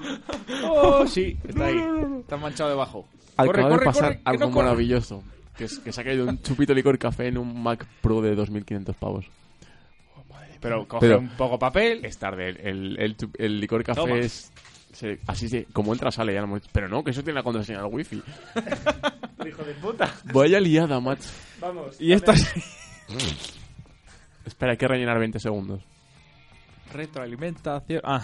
¡Oh! Sí, está ahí. Está manchado debajo. Corre, Acaba de corre, pasar corre, que algo no corre. maravilloso. Que, es, que se ha caído un chupito de licor café en un Mac Pro de 2.500 pavos. Pero coge Pero- un poco papel. Es tarde. El, el- el chup- el licor café Toma. es... se- así se, como entra sale ya no me- Pero no, que eso tiene la contraseña del <laughs> wifi. Hijo de puta. Vaya liada, macho. Vamos. Y esto Espera, hay que rellenar 20 segundos. Retroalimentación. Ah.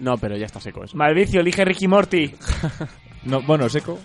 No, pero ya está seco eso. Malvicio, elige Ricky Morty. No, bueno, seco.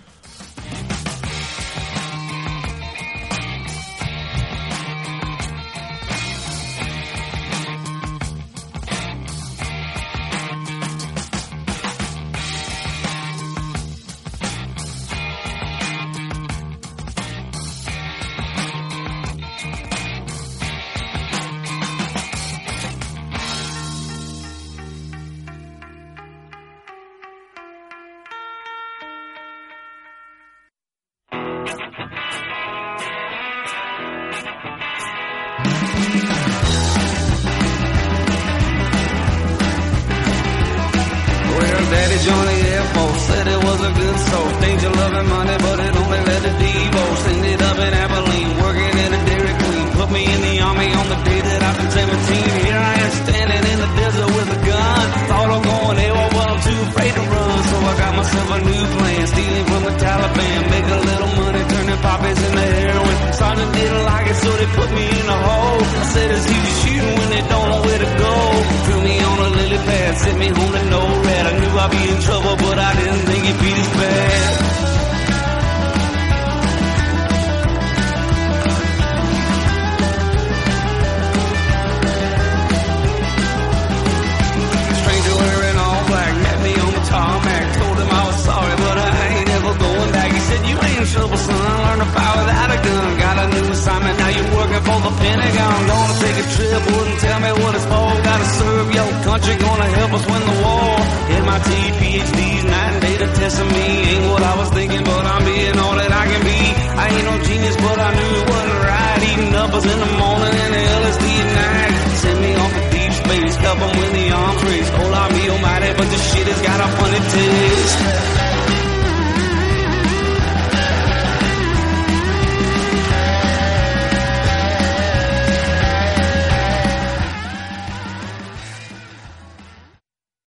Johnny Air Force said it was a good soul. Danger loving money, but it only led to divorce. Ended up in Abilene, working in a Dairy Queen. Put me in the army on the day that I became a teen. Here I am standing in the desert with a gun. Thought I'm going AWOL, but I'm too afraid to run. So I got myself a new plan, stealing from the Taliban. Make a little money, turning poppies into heroin. Sergeant didn't like it, so they put me in a hole. I said it's easy shooting when they don't know where to go. Threw me on a lily pad, sent me home to NORAD. I knew I'd be in trouble, but I didn't think it'd be this bad. Stranger wearing all black met me on the tarmac. Told him I was sorry, but I ain't ever going back. He said, You ain't in trouble, son. Learn to fire without a gun. Got a new assignment, now you're working for the Pentagon. Gonna take a trip, wouldn't tell me what it's for. Gotta serve your country, gonna help us win the war. MIT, PhDs, night and day to testing me. Ain't what I was thinking, but I'm being all that I can be. I ain't no genius, but I knew it wasn't right. Eating uppers in the morning and the LSD at night. Send me off to deep space, help 'em win the arms race. Oh, i be almighty, but this shit has got a funny taste.